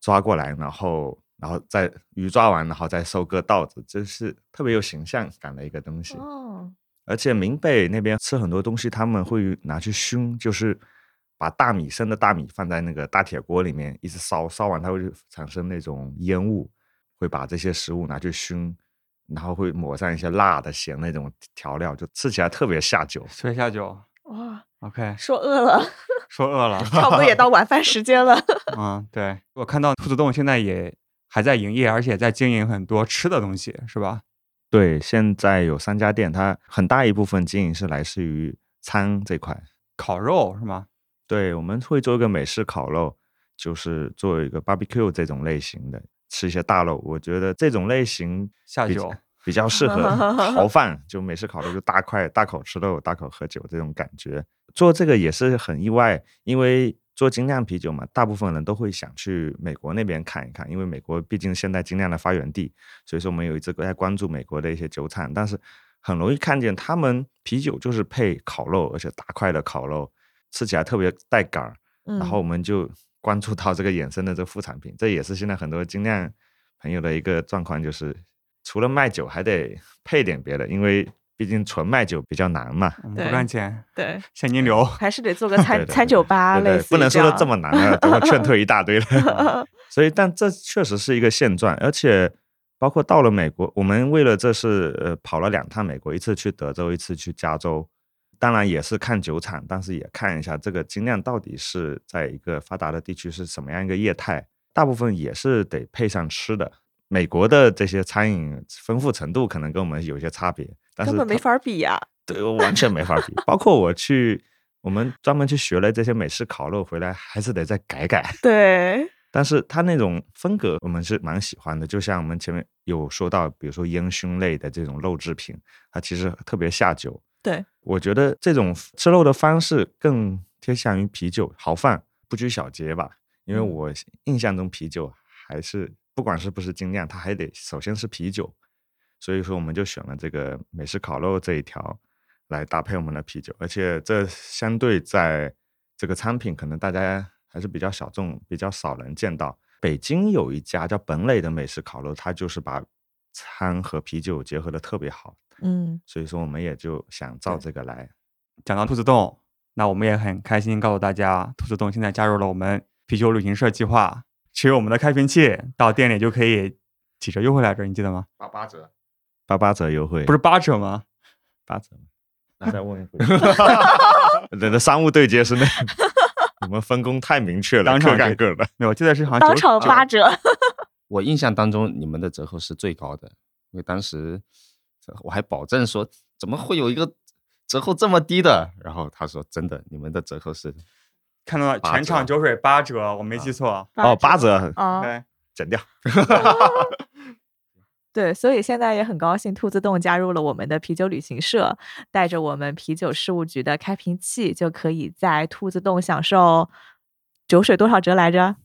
Speaker 4: 抓过来，然后然后再鱼抓完，然后再收割稻子，这是特别有形象感的一个东西。
Speaker 3: 哦，
Speaker 4: 而且闽北那边吃很多东西，他们会拿去熏，就是把大米生的大米放在那个大铁锅里面一直烧，烧完它会产生那种烟雾，会把这些食物拿去熏。然后会抹上一些辣的、咸的那种调料，就吃起来特别下酒。
Speaker 2: 说一下酒
Speaker 3: 哇，
Speaker 2: ，OK，
Speaker 3: 说饿了， ，
Speaker 2: 说饿了
Speaker 3: 差不多也到晚饭时间了。
Speaker 2: 嗯，对，我看到兔子洞现在也还在营业，而且在经营很多吃的东西，是吧？
Speaker 4: 对，现在有三家店，它很大一部分经营是来自于餐这块。
Speaker 2: 烤肉是吗？
Speaker 4: 对，我们会做一个美式烤肉，就是做一个 barbecue 这种类型的，吃一些大肉。我觉得这种类型
Speaker 2: 下
Speaker 4: 比
Speaker 2: 酒
Speaker 4: 较比较适合豪放，就美式烤肉就大块大口吃肉，大口喝酒这种感觉。做这个也是很意外，因为做精酿啤酒嘛，大部分人都会想去美国那边看一看，因为美国毕竟现代精酿的发源地，所以说我们有一直在关注美国的一些酒厂，但是很容易看见他们啤酒就是配烤肉，而且大块的烤肉吃起来特别带感儿，
Speaker 3: 嗯
Speaker 4: 然后我们就关注到这个衍生的这个副产品，这也是现在很多精酿朋友的一个状况，就是除了卖酒还得配点别的，因为毕竟纯卖酒比较难嘛。
Speaker 2: 嗯，不
Speaker 3: 对
Speaker 2: 赚钱，
Speaker 3: 对，
Speaker 2: 现金流。
Speaker 3: 还是得做个
Speaker 4: 对
Speaker 3: 餐
Speaker 4: 对
Speaker 3: 餐
Speaker 4: 对
Speaker 3: 酒吧
Speaker 4: 对
Speaker 3: 啊类
Speaker 4: 对，
Speaker 3: 似，
Speaker 4: 不能说的这么。难啊，等会劝退一大堆 了。所以，但这确实是一个现状，而且包括到了美国，我们为了这是呃跑了两趟美国，一次去德州，一次去加州。当然也是看酒厂，但是也看一下这个精酿到底是在一个发达的地区是什么样一个业态。大部分也是得配上吃的。美国的这些餐饮丰富程度可能跟我们有一些差别，但是
Speaker 3: 根本没
Speaker 4: 它
Speaker 3: 法比 呀、
Speaker 4: 对，我完全没法比。包括我去，我们专门去学了这些美式烤肉回来，还是得再改改。
Speaker 3: 对，
Speaker 4: 但是它那种风格我们是蛮喜欢的，就像我们前面有说到，比如说烟熏类的这种肉制品，它其实特别下酒。
Speaker 3: 对，
Speaker 4: 我觉得这种吃肉的方式更偏向于啤酒豪放，不拘小节吧。因为
Speaker 3: 嗯
Speaker 4: 我印象中啤酒还是不管是不是精酿，它还得首先是啤酒，所以说我们就选了这个美式烤肉这一条来搭配我们的啤酒，而且这相对在这个产品可能大家还是比较小众、比较少能见到，北京有一家叫本垒的美式烤肉，它就是把餐和啤酒结合的特别好，
Speaker 3: 嗯，
Speaker 4: 所以说我们也就想照这个来。
Speaker 2: 讲到兔子洞，那我们也很开心告诉大家，兔子洞现在加入了我们啤酒旅行社计划，持有我们的开瓶器到店里就可以几折优惠来着，你记得吗？
Speaker 5: 打八折。
Speaker 4: 八八折优惠，
Speaker 2: 不是八折吗？
Speaker 4: 八折吗？ 那再问一 回。人的商务对接是那，我们分工太明确了，
Speaker 2: 当
Speaker 4: 各
Speaker 2: 场
Speaker 4: 干
Speaker 2: 给
Speaker 4: 各的。
Speaker 2: 没有，我记得是好像
Speaker 3: 当
Speaker 2: 九
Speaker 3: 场
Speaker 2: 九
Speaker 3: 八折，
Speaker 5: 我印象当中，你们的折扣是最高的，因为当时我还保证说，怎么会有一个折扣这么低的？然后他说，真的，你们的折扣是
Speaker 2: 看到了
Speaker 5: 八
Speaker 2: 全场
Speaker 5: 折
Speaker 2: 酒水八折，我没记错。
Speaker 4: 哦，八折，
Speaker 3: 啊，
Speaker 2: 对，
Speaker 4: 减掉。
Speaker 3: 对，所以现在也很高兴，兔子洞加入了我们的啤酒旅行社，带着我们啤酒事务局的开瓶器，就可以在兔子洞享受酒水多少折来着？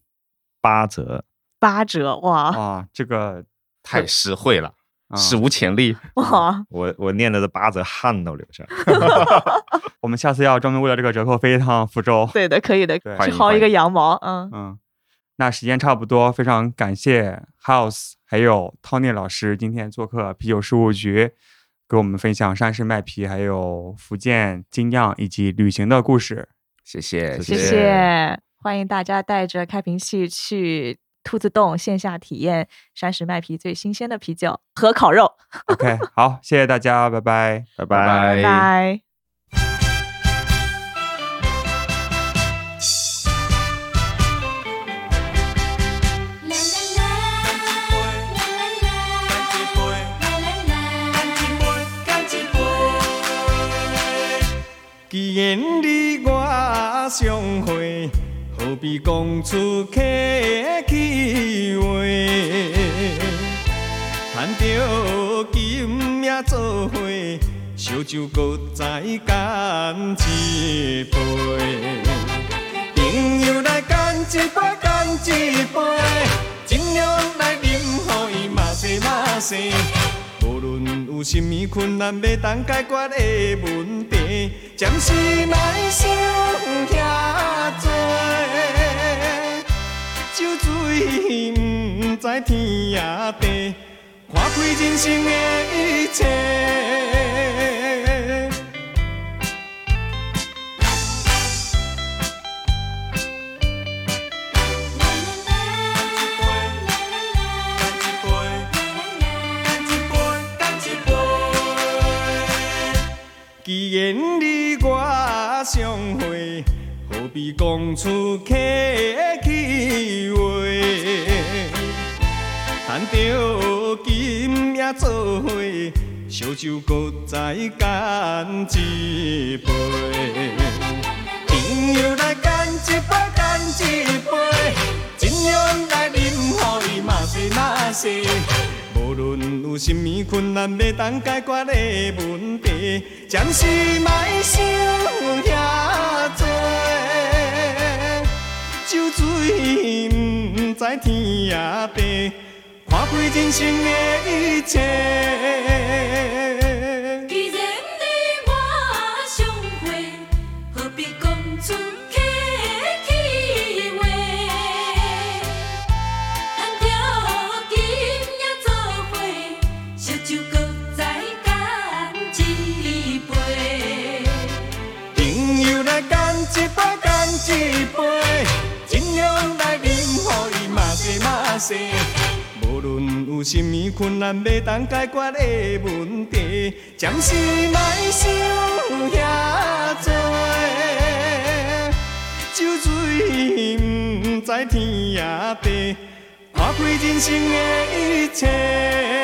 Speaker 4: 八折，
Speaker 3: 八折！
Speaker 4: 哦
Speaker 3: 哇
Speaker 2: 啊，这个
Speaker 5: 太实惠了，
Speaker 2: 啊
Speaker 5: 史无前 例。
Speaker 3: 哇，
Speaker 4: 我我念的这八折汗都流下来了。
Speaker 2: 我们下次要专门为了这个折扣飞一趟福州。
Speaker 3: 对的，可以的，
Speaker 2: 对
Speaker 3: 去薅一个羊毛。嗯，
Speaker 2: 嗯，那时间差不多，非常感谢 House 还有 Tony 老师今天做客啤酒事务局，给我们分享山市麦啤还有福建精酿以及旅行的故事。
Speaker 5: 谢谢，
Speaker 4: 谢
Speaker 3: 谢
Speaker 4: 谢
Speaker 3: 谢，欢迎大家带着开瓶器去兔子洞线下体验山石麦啤最新鲜的啤酒和烤肉。
Speaker 2: OK，好，谢谢大家，拜拜。
Speaker 4: 拜
Speaker 5: 拜
Speaker 4: 拜。
Speaker 3: 拜
Speaker 5: 拜
Speaker 3: 拜。
Speaker 6: La la la, la la la, la la la, cante boy.
Speaker 7: 既然你我相会，何必讲出客气话？赚着金命做伙，烧酒搁再干一杯。朋友来干一杯，干一杯，尽量来饮，互伊嘛西嘛西。无论有甚物困难要当解决的问题，暂时莫想遐多，酒醉不知天也地，看开人生的一切。既然你我相会，何必讲出客气话？趁着今命做伙，烧酒搁再干一杯。朋友来干一杯，干一杯，尽量来饮，互伊嘛西嘛西。无论有甚物困难要当解决的问题，暂时莫想遐多，酒醉不知天也地，看开人生的一切。
Speaker 6: 既然你我相会，何必讲出客气话？咱着今夜做伙，烧酒搁再干一杯。
Speaker 7: 朋友来干一杯，干一杯，尽量来饮，互伊嘛西嘛西。无论有甚物困难要当解决的问题，暂时莫想遐多，酒醉不知天也地，看开人生的一切。